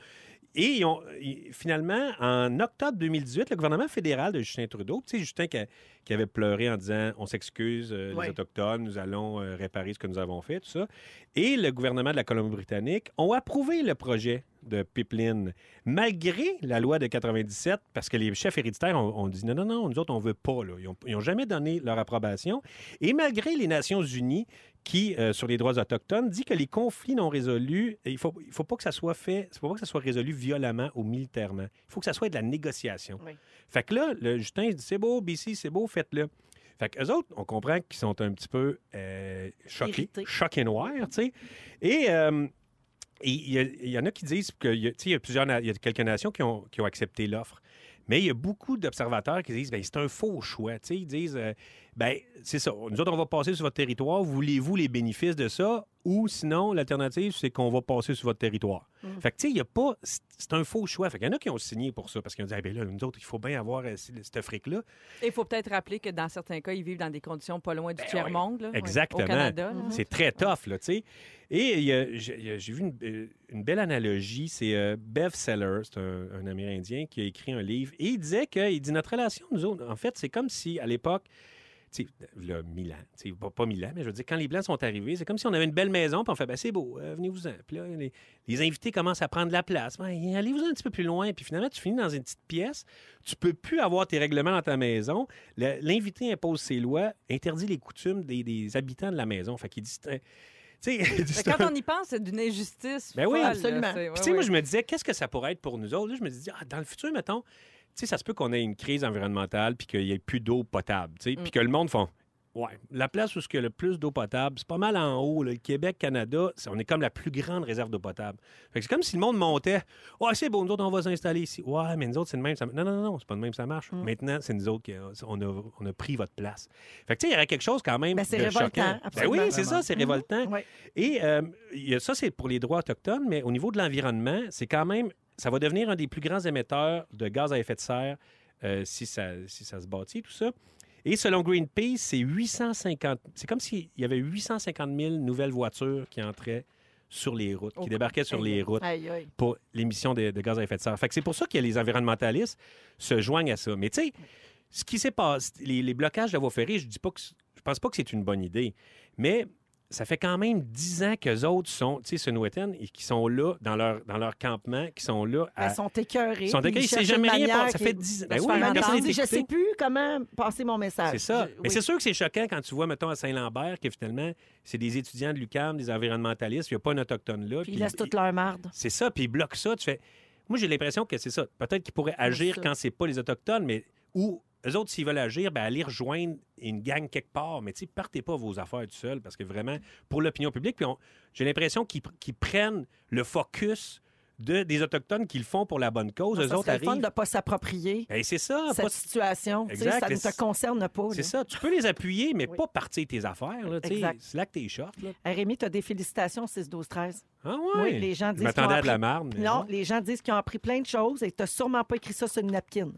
B: et ils ont- ils- finalement, en octobre 2018, le gouvernement fédéral de Justin Trudeau, tu sais, Justin qui, a- qui avait pleuré en disant on s'excuse, euh,
A: Ouais.
B: les Autochtones, nous allons euh, réparer ce que nous avons fait, tout ça. Et le gouvernement de la Colombie-Britannique ont approuvé le projet de pipeline. Malgré la loi de 97, parce que les chefs héréditaires ont, ont dit non, non, non, nous autres, on veut pas. là. Ils n'ont jamais donné leur approbation. Et malgré les Nations unies qui, euh, sur les droits autochtones, dit que les conflits non résolus, il ne faut, il faut pas que ça soit fait, il faut pas que ça soit résolu violemment ou militairement. Il faut que ça soit de la négociation.
A: Oui.
B: Fait que là, le Justin, il dit c'est beau, BC, c'est beau, faites-le. Fait qu'eux autres, on comprend qu'ils sont un petit peu euh, choqués,
A: Irrités.
B: choqués noirs, tu sais. Et euh, et il y, a- il y en a qui disent que, il y a- tu sais, il y a plusieurs, na- il y a quelques nations qui ont, qui ont accepté l'offre. Mais il y a beaucoup d'observateurs qui disent, ben c'est un faux choix. Tu sais, ils disent, euh, ben c'est ça. Nous autres, on va passer sur votre territoire. Voulez-vous les bénéfices de ça ou sinon l'alternative, c'est qu'on va passer sur votre territoire. Fait que tu sais, il y a pas, c'est- c'est un faux choix. Fait qu'il y en a qui ont signé pour ça parce qu'ils ont dit, ah, ben là, nous autres, il faut bien avoir euh, c- cette fric-là.
D: Et il faut peut-être rappeler que dans certains cas, ils vivent dans des conditions pas loin du tiers-monde. là, ouais,
B: Ben Exactement. Mm-hmm.
D: Au Canada. là.
B: C'est très tough, là, tu sais. Et il y a- j'ai il y a- j'ai vu une, euh, une belle analogie. C'est euh, Bev Seller, c'est un, un Amérindien qui a écrit un livre. Et il disait que, il dit, notre relation, nous autres, en fait, c'est comme si, à l'époque, tu sais, là, mille ans, tu sais, pas, pas mille ans, mais je veux dire, quand les Blancs sont arrivés, c'est comme si on avait une belle maison, puis on fait, ben, c'est beau, euh, venez-vous-en. Puis là, les, les invités commencent à prendre la place. Ben, allez-vous-en un petit peu plus loin. Puis finalement, tu finis dans une petite pièce, tu peux plus avoir tes règlements dans ta maison. Le- L'invité impose ses lois, interdit les coutumes des, des habitants de la maison. Fait qu'il dit, c'est un- tu sais,
D: Fait
B: c'est
D: que
B: un-
D: quand on y pense, c'est d'une injustice.
B: Ben oui,
D: folle, là,
A: absolument.
D: c'est-
B: puis,
D: ouais,
B: tu sais, moi,
D: ouais.
B: je me disais, qu'est-ce que ça pourrait être pour nous autres? Là, je me disais, ah, dans le futur, mettons, tu sais, ça se peut qu'on ait une crise environnementale puis qu'il n'y ait plus d'eau potable, tu sais,
D: Mm.
B: puis que le monde font. Ouais, la place où il y a le plus d'eau potable, c'est pas mal en haut. là. Le Québec, Canada, c'est- on est comme la plus grande réserve d'eau potable. Fait que c'est comme si le monde montait. Ouais, c'est bon, nous autres, on va s'installer ici. Ouais, mais nous autres, c'est le même. Ça... Non, non, non, non, c'est pas le même, ça marche.
A: Mm.
B: Maintenant, c'est nous autres qui euh, on a, on a pris votre place. Fait que, tu sais, il y aurait quelque chose quand même.
A: Ben, c'est
B: de
A: révoltant,
B: choquant. Ben
A: absolument. Mm-hmm.
B: oui, c'est ça, c'est révoltant.
A: Ouais.
B: Et euh, il y a- ça, c'est pour les droits autochtones, mais au niveau de l'environnement, c'est quand même. Ça va devenir un des plus grands émetteurs de gaz à effet de serre euh, si, ça, si ça se bâtit, tout ça. Et selon Greenpeace, c'est 850. C'est comme s'il y avait 850 000 nouvelles voitures qui entraient sur les routes, qui
D: Oh,
B: débarquaient sur les routes
A: Aïe, aïe.
B: pour l'émission de, de gaz à effet de serre. Fait que c'est pour ça que les environnementalistes se joignent à ça. Mais tu sais, ce qui s'est passé, les, les blocages de voies ferrées, je dis pas que c- je pense pas que c'est une bonne idée, mais ça fait quand même dix ans que autres sont, tu sais, Sunoéten, et qui sont là dans leur dans leur campement, qui sont là. À...
A: Elles Ben, sont écœurées.
B: Ils sont écœurés,
A: Ils
B: c'est
A: cherchent
B: jamais
A: une
B: rien
A: manière
B: passé. Ça
A: qui-
B: fait dix-
A: de
B: Ben
A: se
B: oui,
A: faire
B: mais personne
A: entendre.
B: n'est
A: Je sais
B: écouté.
A: plus comment passer mon message.
B: C'est ça.
A: Ah, Je-
B: Mais
A: oui.
B: c'est sûr que c'est choquant quand tu vois, mettons, à Saint-Lambert, que finalement, c'est des étudiants de l'UCAM, des environnementalistes, il n'y a pas un autochtone là.
A: Puis
B: puis
A: ils laissent toute leur marde.
B: C'est ça, puis ils bloquent ça. Tu fais. Moi, j'ai l'impression que c'est ça. Peut-être qu'ils pourraient agir
A: ça.
B: quand c'est pas les Autochtones, mais ou eux autres, s'ils veulent agir, ben, aller rejoindre une gang quelque part. Mais tu sais, partez pas vos affaires tout seul, parce que vraiment, pour l'opinion publique, puis on- j'ai l'impression qu'ils pr- qu'ils prennent le focus de, des Autochtones qu'ils font pour la bonne cause. eux
A: Ça
B: autres
A: serait le fun de
B: arrivent.
A: ne pas s'approprier
B: Ben, c'est ça.
A: cette
B: pas-
A: situation. Tu sais,
B: Exact,
A: Ça ne
B: mais
A: te
B: c'est-
A: concerne pas. Oh, là.
B: C'est ça. Tu peux les appuyer, mais
A: Oui.
B: pas partir tes affaires. là, tu sais.
A: Exact.
B: C'est là que t'es short. là.
A: Hey, Rémi, tu as des félicitations 6-12-13.
B: Ah ouais.
A: Oui, les gens
B: Je
A: disent
B: m'attendais
A: qu'ils ont
B: à de la
A: appris-
B: marde. mais
A: Non, les gens disent qu'ils ont appris plein de choses et tu n'as sûrement pas écrit ça sur une napkin.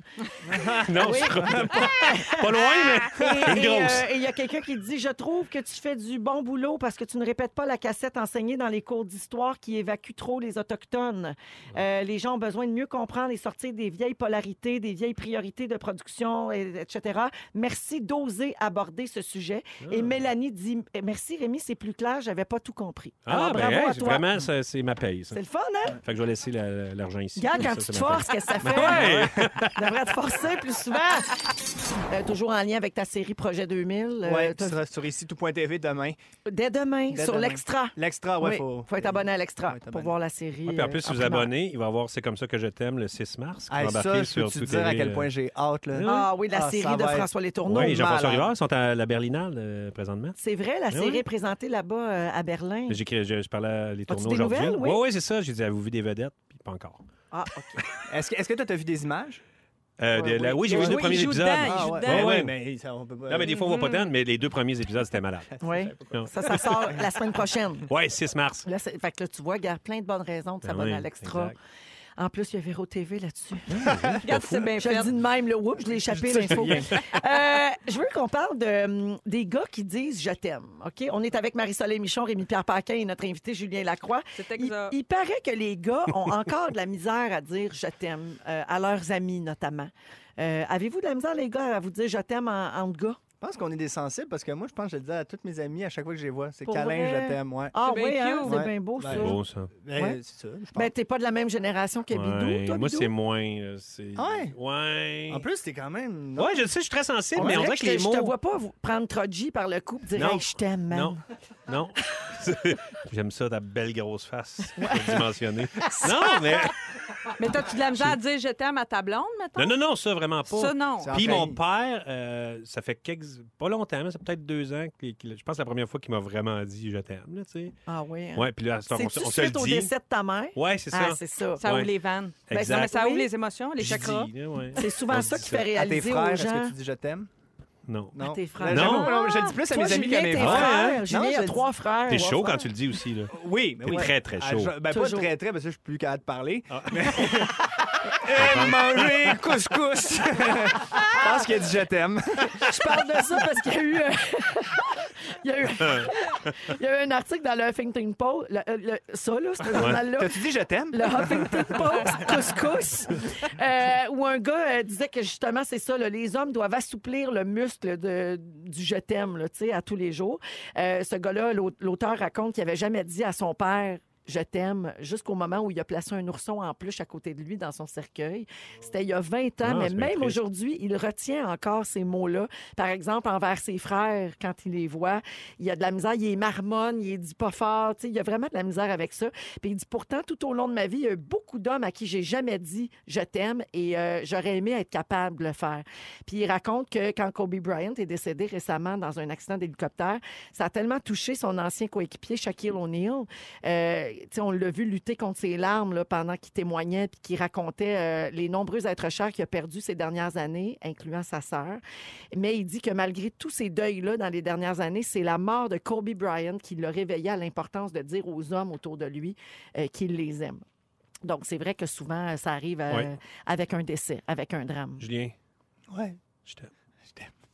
B: Ah, non, je crois pas. Pas loin, mais
A: Et
B: une
A: et, euh,
B: grosse.
A: et il y a quelqu'un qui dit Je trouve que tu fais du bon boulot parce que tu ne répètes pas la cassette enseignée dans les cours d'histoire qui évacue trop les Autochtones. Euh, les gens ont besoin de mieux comprendre et sortir des vieilles polarités, des vieilles priorités de production, et- etc. Merci d'oser aborder ce sujet.
B: Ah.
A: Et Mélanie dit eh, Merci Rémi, c'est plus clair, j'avais pas tout compris.
B: Ah,
A: Alors,
B: ben,
A: bravo
B: hey,
A: à toi.
B: vraiment, ça, c'est ma paye. ça.
A: C'est le fun, hein?
B: Fait que je vais laisser la- l'argent ici.
A: Regarde, quand tu
B: Ça, Ah, c'est
A: te
B: ma paye.
A: forces, qu'est-ce que ça fait?
B: Ouais!
A: Tu devrais te forcer plus souvent. Euh, toujours en lien avec ta série Projet 2000. euh,
C: Ouais, tu
A: t'as-
C: seras sur ici tout.tv demain.
A: Dès demain,
C: Dès
A: sur
C: demain.
A: l'extra.
C: L'extra, ouais,
A: Oui,
C: faut.
A: être abonné à l'extra
C: Faut être
A: pour
C: abonné.
A: voir la série.
B: Ah, puis en
A: euh,
B: plus, si vous
A: primeur.
B: abonnez, il va y avoir C'est comme ça que je t'aime le 6 mars. qui va
C: Hey, ça,
B: embarquer
C: je peux te
B: Tout
C: dire à
B: TV,
C: quel
B: euh,
C: point j'ai hâte. Là.
A: Ah oui, la
C: Ah,
A: série
C: ça
A: de
C: va être-
A: François Letourneau.
B: Oui, Jean-François
C: malade.
B: Rivard, ils sont à la Berlinale euh, présentement.
A: C'est vrai, la
B: Ben
A: série
B: oui.
A: est présentée là-bas euh, à Berlin.
B: J'ai, je, je parlais à les tourneaux
A: des
B: aujourd'hui.
A: nouvelles, oui?
B: oui, c'est ça. J'ai dit, avez-vous vu des vedettes? Puis pas encore.
A: Ah, OK.
C: Est-ce que- est-ce que toi, t'as vu des images?
B: Euh,
A: Ouais,
B: de la-
A: oui.
B: oui, j'ai vu
D: Oui,
B: les deux
D: oui,
B: premiers
D: il joue
B: épisodes.
D: dedans,
C: Ah,
D: joue
C: ouais,
D: dedans.
C: ouais,
B: Ouais, ouais.
C: mais ça, on peut pas.
B: Non, mais des fois, on
A: Mm-hmm.
B: voit pas tant, mais les deux premiers épisodes, c'était malade.
A: Oui.
B: Non.
A: Ça, ça sort la semaine prochaine.
B: Oui, 6 mars.
A: Là, c'est- fait que là, tu vois, il y a plein de bonnes raisons de
B: Ben
A: s'abonner
B: oui,
A: à l'extra.
B: exact. Ah,
A: En plus, il y a Véro TV là-dessus.
D: Regarde, c'est bien
A: Je
D: fait.
A: le dis de même, le oups, je l'ai échappé l'info. Euh, je veux qu'on parle de, hum, des gars qui disent je t'aime. OK? On est avec Marie-Soleil Michon, Rémi-Pierre Paquin et notre invité Julien Lacroix.
D: C'est
A: Il,
D: exact.
A: il paraît que les gars ont encore de la misère à dire je t'aime, euh, à leurs amis notamment. Euh, Avez-vous de la misère, les gars, à vous dire je t'aime en, entre gars?
C: Je pense qu'on est des sensibles parce que moi, je pense que je le dis à toutes mes amies à chaque fois que je les vois. C'est
A: Pour
C: câlin,
A: vrai?
C: je t'aime. Ouais.
A: Ah
D: C'est bien
A: oui, hein,
D: cute.
A: c'est
C: Ouais.
A: bien beau,
C: Ben,
A: ça.
B: C'est beau, ça.
C: Ben,
A: Ouais.
C: C'est ça, je pense.
A: Ben, t'es pas de la même génération que
B: Ouais.
A: Bidou, toi,
B: Moi,
A: Bidou?
B: c'est moins. là, c'est-
C: Ah ouais?
B: Ouais.
C: en plus, t'es quand même.
B: Ouais, je sais, je suis très sensible,
A: On
B: mais on
A: dirait
B: dirait que les
A: je,
B: mots.
A: Je te vois pas vous prendre Troji par le cou et dire
B: Non.
A: Hey, je t'aime, man.
B: Non, non. J'aime ça, ta belle grosse face dimensionnée. Non, mais.
D: Mais t'as-tu de la misère à dire je t'aime à ta blonde,
B: Non,
D: mettons?
B: non, non, ça, vraiment pas.
D: Ça, non.
C: Ça-
B: Puis
C: Après-
B: mon père, euh, ça fait quelques... pas longtemps, mais c'est peut-être deux ans, que, que- je pense que la première fois qu'il m'a vraiment dit « je t'aime », là, tu sais.
A: Ah oui. hein.
B: Ouais, puis là, à cette heure, on, se-
A: C'est-tu
B: on se le
A: suite au
B: dit.
A: décès de ta mère?
B: Ouais, c'est ça.
A: Ah, c'est ça.
D: Ça
B: Ouais.
D: ouvre les vannes.
B: Ben,
D: Ça-
B: Exact.
D: ça ouvre
A: Oui.
D: les émotions, les
B: J'ai
D: chakras.
B: dit, là, ouais.
A: C'est souvent
B: On
A: ça
B: dit
A: qui fait
C: À tes
A: réaliser
C: frères,
A: aux
C: est-ce que
A: gens.
C: tu dis je t'aime?
B: Non.
A: À
C: Non.
A: tes
C: Là,
A: frères.
B: Non.
C: j'avoue, non, je le dis plus à
A: Toi,
C: mes amis
A: Julien,
C: qu'à mes
A: tes
B: frères.
C: frères.
B: hein?
A: frères. Julien,
C: Non,
A: il y
C: je
A: a
C: le
A: trois frères.
B: T'es
A: ouais.
B: chaud quand tu le dis aussi,
A: Oh.
B: là.
C: Oui, mais
B: T'es
C: oui.
B: très, très
C: Ah,
B: chaud.
C: je- ben, pas
A: Toujours.
C: très, très, parce que je suis plus capable de parler.
B: Ah.
C: Mais... Et manger couscous! je pense qu'il a dit je t'aime.
A: Je parle de ça parce qu'il y a eu. euh, il, y a eu il y a eu un article dans le Huffington Post. le- euh, le- ça, là, ce journal-là.
C: T'as-tu dit je t'aime?
A: le Huffington Post couscous, euh, où un gars euh, disait que justement, c'est ça, là, les hommes doivent assouplir le muscle de, du je t'aime là, tu sais, à tous les jours. Euh, ce gars-là, l'au- l'auteur raconte qu'il avait jamais dit à son père. Je t'aime jusqu'au moment où il a placé un ourson en peluche à côté de lui dans son cercueil. C'était il y a 20 ans,
B: Non,
A: mais
B: c'est bien
A: même
B: triste.
A: aujourd'hui, il retient encore ces mots-là. Par exemple, envers ses frères, quand il les voit, il a de la misère, il est marmonne, il est dit pas fort, tu sais, il a vraiment de la misère avec ça. Puis il dit pourtant, tout au long de ma vie, il y a eu beaucoup d'hommes à qui j'ai jamais dit je t'aime et euh, j'aurais aimé être capable de le faire. Puis il raconte que quand Kobe Bryant est décédé récemment dans un accident d'hélicoptère, ça a tellement touché son ancien coéquipier Shaquille O'Neal. Euh, tu sais, on l'a vu lutter contre ses larmes là, pendant qu'il témoignait puis qu'il racontait euh, les nombreux êtres chers qu'il a perdus ces dernières années, incluant sa sœur. Mais il dit que malgré tous ces deuils-là dans les dernières années, c'est la mort de Kobe Bryant qui l'a réveillé à l'importance de dire aux hommes autour de lui euh, qu'il les aime. Donc, c'est vrai que souvent, euh, ça arrive euh,
B: Oui.
A: avec un décès, avec un drame.
B: Julien,
C: Ouais.
B: je t'aime.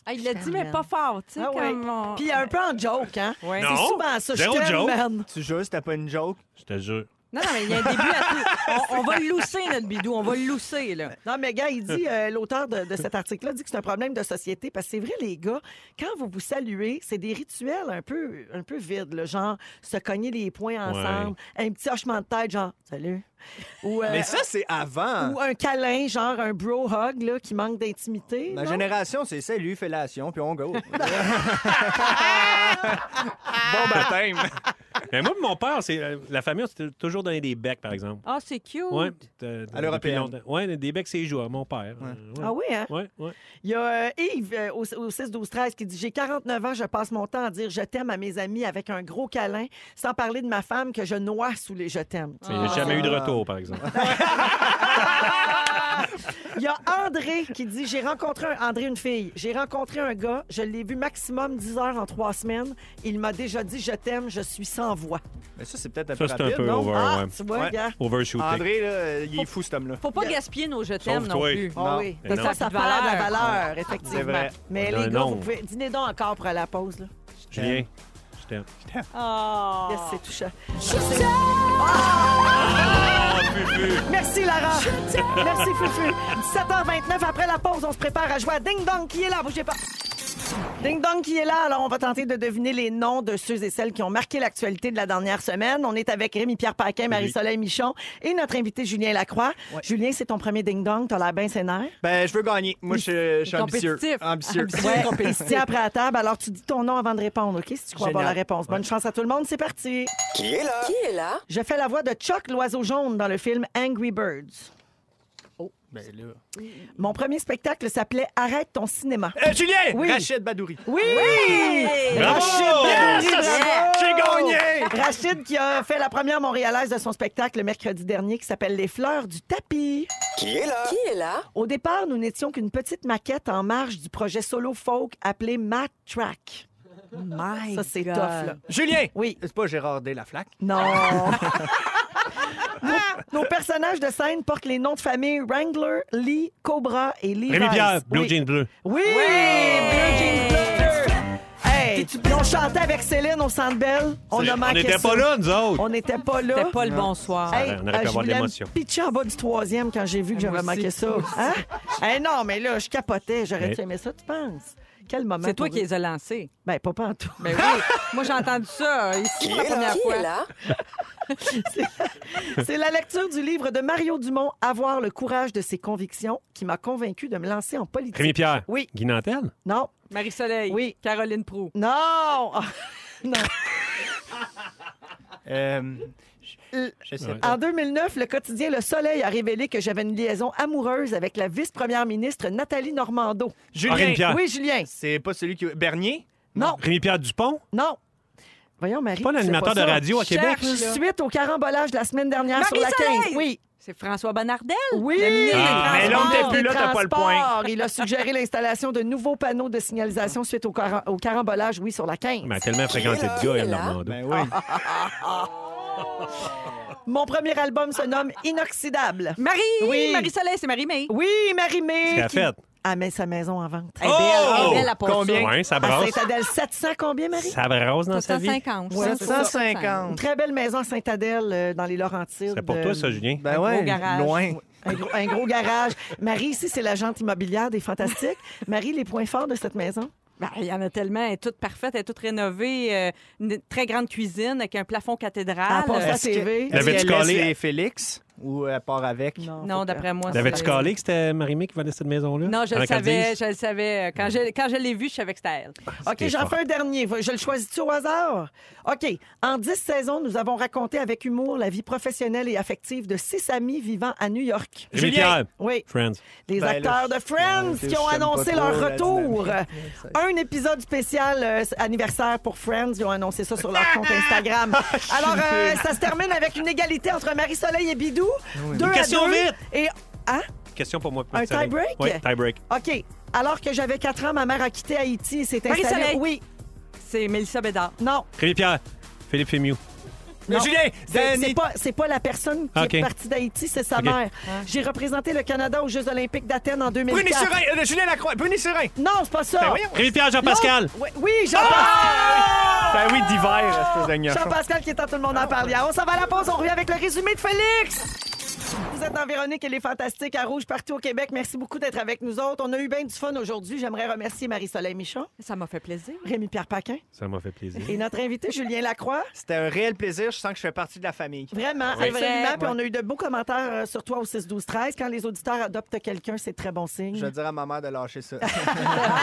D: Ah, il l'a
A: Je
D: dit, mais
A: t'emmène.
D: pas fort, tu sais,
A: Ah ouais.
D: comme on-
A: Puis un peu en joke, hein?
D: Ouais.
B: Non.
D: Non.
A: C'est souvent ça, je
B: zéro
A: t'aime,
B: joke.
A: man.
C: Tu jures, c'était pas une joke.
B: Je te jure.
D: non, mais il y a un début à tout. On, on va le lousser, notre bidou, on va le lousser, là.
A: Non, mais gars, il dit, euh, l'auteur de, de cet article-là dit que c'est un problème de société parce que c'est vrai, les gars, quand vous vous saluez, c'est des rituels un peu, un peu vides, là, genre se cogner les poings ensemble, un petit hochement de tête, genre salut. Ou, euh,
C: Mais ça, c'est avant.
A: ou un câlin, genre un bro hug là, qui manque d'intimité.
C: Ma
A: non?
C: génération, c'est salut, fellation, puis on go. bon baptême.
B: Mais moi, mon père, c'est euh, la famille, on s'était toujours donné des becs, par exemple.
D: Ah, c'est cute.
B: Ouais, de- de-
C: À l'européenne.
B: depuis longtemps. Ouais, des becs, c'est les joueurs, mon père. Euh, ouais.
A: Ah oui, hein?
B: Ouais, ouais.
A: Il y a euh, Yves euh, au, au 6-12-13 qui dit J'ai 49 ans, je passe mon temps à dire je t'aime à mes amis avec un gros câlin, sans parler de ma femme que je noie sous les je t'aime.
B: Mais J'ai jamais eu de retour, par exemple.
A: Il y a André qui dit J'ai rencontré un... André, une fille. J'ai rencontré un gars, je l'ai vu maximum 10 heures en 3 semaines. Il m'a déjà dit Je t'aime, je suis sans voix.
C: Mais ça, c'est peut-être un peu
B: Ça, c'est un
C: rapide,
B: peu
C: non?
B: over,
A: ah,
B: ouais.
A: tu vois,
C: Ouais.
A: gars.
B: Overshooting.
C: André, là, il est fou, cet homme-là.
D: Faut pas gaspiller nos je t'aime non
B: toi.
D: plus.
A: Ah
C: Non.
A: oui,
B: Mais
A: Parce
B: non.
A: que ça, ça
D: Ça a
A: parle
D: plus de
A: de la
D: valeur.
A: valeur, effectivement.
C: C'est vrai.
A: Mais
B: Non,
A: les gars,
B: non.
A: vous pouvez dîner donc encore pour la pause. Là.
B: Julien, je t'aime.
D: Ah.
A: Yes, c'est touchant. Ah, Merci, Lara. Merci, Fufu. 17h29, après la pause, on se prépare à jouer à Ding Dong qui est là. Bougez pas. Ding Dong qui est là. Alors, on va tenter de deviner les noms de ceux et celles qui ont marqué l'actualité de la dernière semaine. On est avec Rémi-Pierre Paquin, Marie-Soleil Michon et notre invité Julien Lacroix. Julien, c'est ton premier Ding Dong. T'as l'air bien sénère.
C: Ben, je veux gagner. Moi, je suis- je suis ambitieux.
D: Compétitif.
C: Ambitieux.
A: Ouais, compétitif après la table. Alors, tu dis ton nom avant de répondre, OK? Si tu crois avoir la
C: Génial.
A: réponse. Bonne chance à tout le monde. C'est parti.
I: Qui est là?
A: Je fais la voix de Chuck, l'oiseau jaune, dans le film Angry Birds.
C: Ben, là.
A: Mon premier spectacle s'appelait Arrête ton cinéma.
C: Euh, Julien!
A: Oui.
C: Rachid Badouri.
A: Oui!
B: Bravo!
A: Rachid, Badouri, bravo!
C: J'ai gagné!
A: Rachid qui a fait la première montréalaise de son spectacle le mercredi dernier qui s'appelle Les fleurs du tapis.
I: Qui est là?
A: Au départ, nous n'étions qu'une petite maquette en marge du projet solo folk appelé Matt Track.
D: My
A: Ça, c'est
D: God.
A: tough, là.
C: Julien!
A: Oui.
C: C'est pas Gérard D. Laflaque.
A: Non! nos, nos personnages de scène portent les noms de famille Wrangler, Lee, Cobra et Lee.
B: Rémi Pierre, Blue
A: oui.
B: Jean Bleu.
A: Oui! Blue Jeans Bleu! Hey! Ils ont chantait avec Céline au Centre Belle. On a manqué
B: n'était
A: ça.
B: pas là, nous autres.
A: On n'était pas là.
D: C'était pas le bon soir.
B: Hey, On aurait pu
A: euh, je
B: avoir de
A: voulais me
B: l'émotion.
A: pitcher en bas du troisième quand j'ai vu que
D: Ah, Moi
A: j'avais
D: aussi,
A: manqué ça.
D: moi
A: Hein? Hey, non, mais là, je capotais. J'aurais-tu
B: Mais-
A: aimé ça, tu penses? Quel moment.
D: C'est toi
A: pour
D: qui
A: eux.
D: les as lancés.
A: Ben, pas pantoute.
D: Ben oui. Moi, j'ai entendu ça euh, ici pour la première
I: Qui est
D: fois.
I: là?
A: C'est la lecture du livre de Mario Dumont, Avoir le courage de ses convictions, qui m'a convaincu de me lancer en politique.
B: Rémi Pierre.
A: Oui.
B: Guy Nantel.
A: Non.
D: Marie-Soleil.
A: Oui.
D: Caroline Prou.
A: Non! Ah, non.
C: Euh, je, je sais
B: Ouais.
C: pas.
A: En 2009, le quotidien Le Soleil a révélé que j'avais une liaison amoureuse avec la vice-première ministre Nathalie Normando.
B: Henri Pierre.
A: Oui, Julien.
C: C'est pas celui qui. Bernier?
A: Non,
B: Rémi Pierre Dupont.
A: non. Voyons, Marie.
B: Pas
A: tu sais
B: l'animateur de
A: ça.
B: radio à Québec.
D: Cherche, là.
A: Suite au carambolage de la semaine dernière sur la
D: Marie-Soleil!
A: 15. Oui.
D: C'est François Bonnardel.
A: Oui.
D: Le ministre
B: Ah,
D: des
B: mais là, on
D: Transports.
B: était plus
A: Des
B: là, t'as pas le
A: Transports. Il a suggéré l'installation de nouveaux panneaux de signalisation suite au, cara- au carambolage, oui, sur la 15.
B: Mais elle a tellement fréquenté de gars, elle, Normando.
C: Ben oui.
A: Ah, Mon premier album se nomme Inoxydable.
D: Marie!
A: Oui.
D: Marie-Soleil, c'est Marie-May.
A: Oui, Marie-Mé.
B: qu'elle a fait?
A: Ah, mais sa maison en vente.
D: Elle est belle, elle est
B: Oh!
D: belle, la pause.
C: Combien?
B: Ouais, ça
A: Ah,
B: brasse.
A: Saint-Adèle, 700 combien, Marie?
B: Ça brasse dans sa vie.
D: 750.
A: Ouais,
C: 750.
A: Une très belle maison à Saint-Adèle, euh, dans les Laurentides. euh,
B: C'est pour toi, ça, Julien.
C: Ben
D: gros garage.
C: loin.
A: Un gros, un gros garage. Marie, ici, c'est l'agente immobilière des Fantastiques. Marie, les points forts de cette maison?
D: Ben, il y en a tellement. Elle est toute parfaite, elle est toute rénovée. euh, une très grande cuisine avec un plafond cathédral.
A: À part
D: Euh,
A: ça,
C: Est-ce que-
A: TV.
C: est-ce
B: L'avais-tu
C: qu'elle laisse
B: collé?
C: les Félix ou elle part avec? Ben
D: non, d'après moi, Ah, c'est-
B: L'avais-tu calé que c'était Marie-Mé qui vendait cette maison-là?
D: Non, je
B: Avant
D: le
B: qu'elle
D: savais,
B: dise?
D: je le savais. Quand je, quand je l'ai vu, je savais que c'était elle.
A: OK,
B: C'était
A: j'en
B: fort.
A: fais un dernier. Va- Je le choisis-tu au hasard? OK. En dix saisons, nous avons raconté avec humour la vie professionnelle et affective de six amis vivant à New York.
B: Rémi Pierre.
A: Oui,
B: Friends.
A: les
C: Ben,
A: acteurs
C: là,
A: de Friends
C: je-
A: qui ont
C: je aime pas
A: annoncé
C: trop
A: leur
C: la
A: retour. Ah,
C: dynamique.
A: Un épisode spécial euh, anniversaire pour Friends. Ils ont annoncé ça sur leur compte Instagram. Alors, euh, ça se termine avec une égalité entre Marie-Soleil et Bidou. Deux
B: Une
A: à
B: question
A: deux.
B: vite!
A: Et, hein?
B: Question pour moi.
A: Un
B: Marceline.
A: tie-break?
B: Oui, tie-break.
A: OK. Alors que j'avais 4 ans, ma mère a quitté Haïti et s'est installée.
D: Marie-Soleil.
A: Oui,
D: C'est Mélissa Bédard.
A: non.
B: Rémi Pierre. Philippe Fémieux.
C: Mais
A: Non.
C: Julien,
A: C'est c'est
C: Danny,
A: pas, c'est pas la personne qui
B: OK.
A: est partie d'Haïti, c'est sa
B: OK.
A: mère. J'ai représenté le Canada aux Jeux olympiques d'Athènes en
C: Bruni
A: 2004.
C: Surin, euh, Julien Lacroix, Bruni Surin.
A: non, c'est pas ça.
C: Ben voyons.
B: Rémi Pierre Jean-Pascal.
A: L'autre- Oui, oui, Ah! Jean-Pascal.
C: Ben oui, d'hiver, espèce de gnochon.
A: Jean-Pascal qui est en tout le monde en parle. On s'en va à la pause, on revient avec le résumé de Félix. Vous êtes dans Véronique, elle est fantastique à Rouge partout au Québec. Merci beaucoup d'être avec nous autres. On a eu bien du fun aujourd'hui. J'aimerais remercier Marie-Soleil Michon,
D: Ça m'a fait plaisir.
A: Rémi-Pierre Paquin
B: Ça m'a fait plaisir.
A: et notre invité Julien Lacroix.
C: C'était un réel plaisir. Je sens que je fais partie de la famille.
A: Vraiment,
D: C'est
A: absolument.
D: vrai.
A: Puis on a eu de beaux commentaires euh, sur toi au 6-12-13. Quand les auditeurs adoptent quelqu'un, c'est très bon signe.
C: Je vais dire à ma mère de lâcher ça.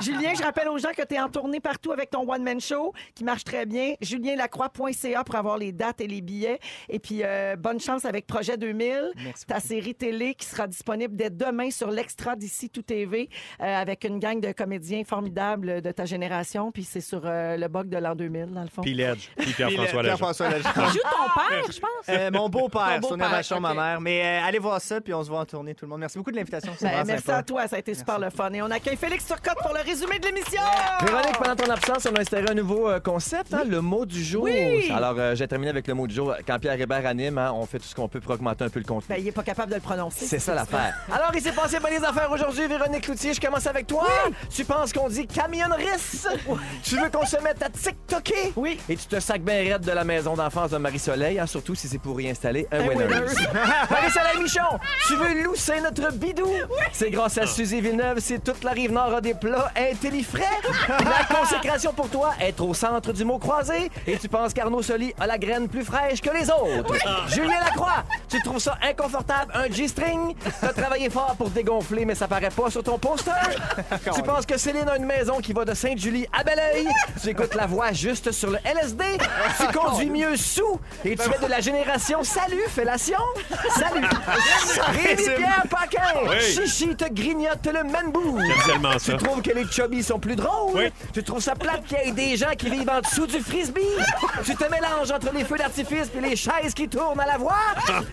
A: Julien, je rappelle aux gens que tu es en tournée partout avec ton one-man show qui marche très bien. julienlacroix.ca pour avoir les dates et les billets. Et puis, euh, bonne chance avec Projet 2000,
C: Merci
A: ta série télé qui sera disponible dès demain sur l'Extra d'ici Tout TV euh, avec une gang de comédiens formidables de ta génération. Puis c'est sur euh, le bug de l'an 2000, dans le fond.
B: Puis Ledge. Puis
C: Puis le-
B: Pierre-François Ledge.
C: Pierre-François
D: Tu
C: Legendre.
D: joues ton père, je pense.
C: Euh, mon beau-père,
D: Ton
C: son Vachon,
D: beau-père,
C: ma
D: ok.
C: mère. Mais euh, allez voir ça, puis on se voit en tournée, tout le monde. Merci beaucoup de l'invitation. ah, C'est
A: Ben,
C: vraiment
A: merci
C: sympa.
A: à toi, ça a été super le fun. Et on accueille Félix Turcotte pour le résumé de l'émission. Ben,
H: Véronique, pendant ton absence, on a installé un nouveau euh, concept, hein, le mot du jour.
A: Oui.
H: Alors, euh, j'ai terminé avec le mot du jour. Quand Pierre Hébert anime, hein, on fait tout ce qu'on peut pour augmenter un peu le contenu.
A: Ben, il n'est pas capable de le prononcer.
H: C'est ça l'affaire. Alors, il s'est passé bonnes affaires aujourd'hui, Véronique Cloutier. Je commence avec toi. Tu penses qu'on dit camionneriste? tu veux qu'on se mette à TikToker?
A: Oui.
H: Et tu te sacs bien raide de la maison d'enfance de Marie-Soleil, hein, surtout si c'est pour y installer un,
A: Un
H: winner.
A: winner.
H: Marie-Soleil Michon, tu veux lousser notre bidou? C'est grâce à Suzy Villeneuve si toute la rive nord a des plats intellifrais. la consécration pour toi, être au centre du mot croisé. Et tu penses qu'Arnaud Soli a la graine plus fraîche que les autres. Julien Lacroix, tu trouves ça inconfortable, un G-string? T'as travaillé fort pour dégonfler, mais ça paraît pas sur ton poster. tu penses que Céline a une maison qui va de Sainte-Julie à Belleuil? tu écoutes la voix juste sur le LSD? tu conduis
B: Oh,
H: mieux sous? Et tu fais de la génération Salut, fellation? Salut! Rémi-Pierre Paquin!
B: Oui.
H: Chichi te grignote le manbou!
B: J'aime tellement ça.
H: Tu trouves que les chubbies sont plus drôles?
B: Oui.
H: Tu trouves ça plate qu'il y ait des gens qui vivent en dessous du frisbee? tu te mélanges entre les feux d'artifice et les chaises qui tournent à la voix?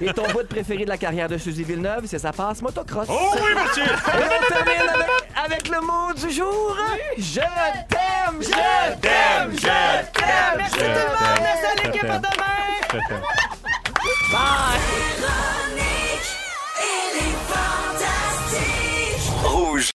H: Et ton bout préféré de la carrière de Suzy Villeneuve, c'est sa passe motocross.
B: Oh oui, monsieur!
H: Et on termine avec, avec le mot du jour. Je t'aime, je t'aime, je t'aime.
A: Merci tout
H: je
A: le monde.
H: t'aime.
A: Merci à l'équipe. À demain.
B: Attends.
H: Bye.
E: Véronique.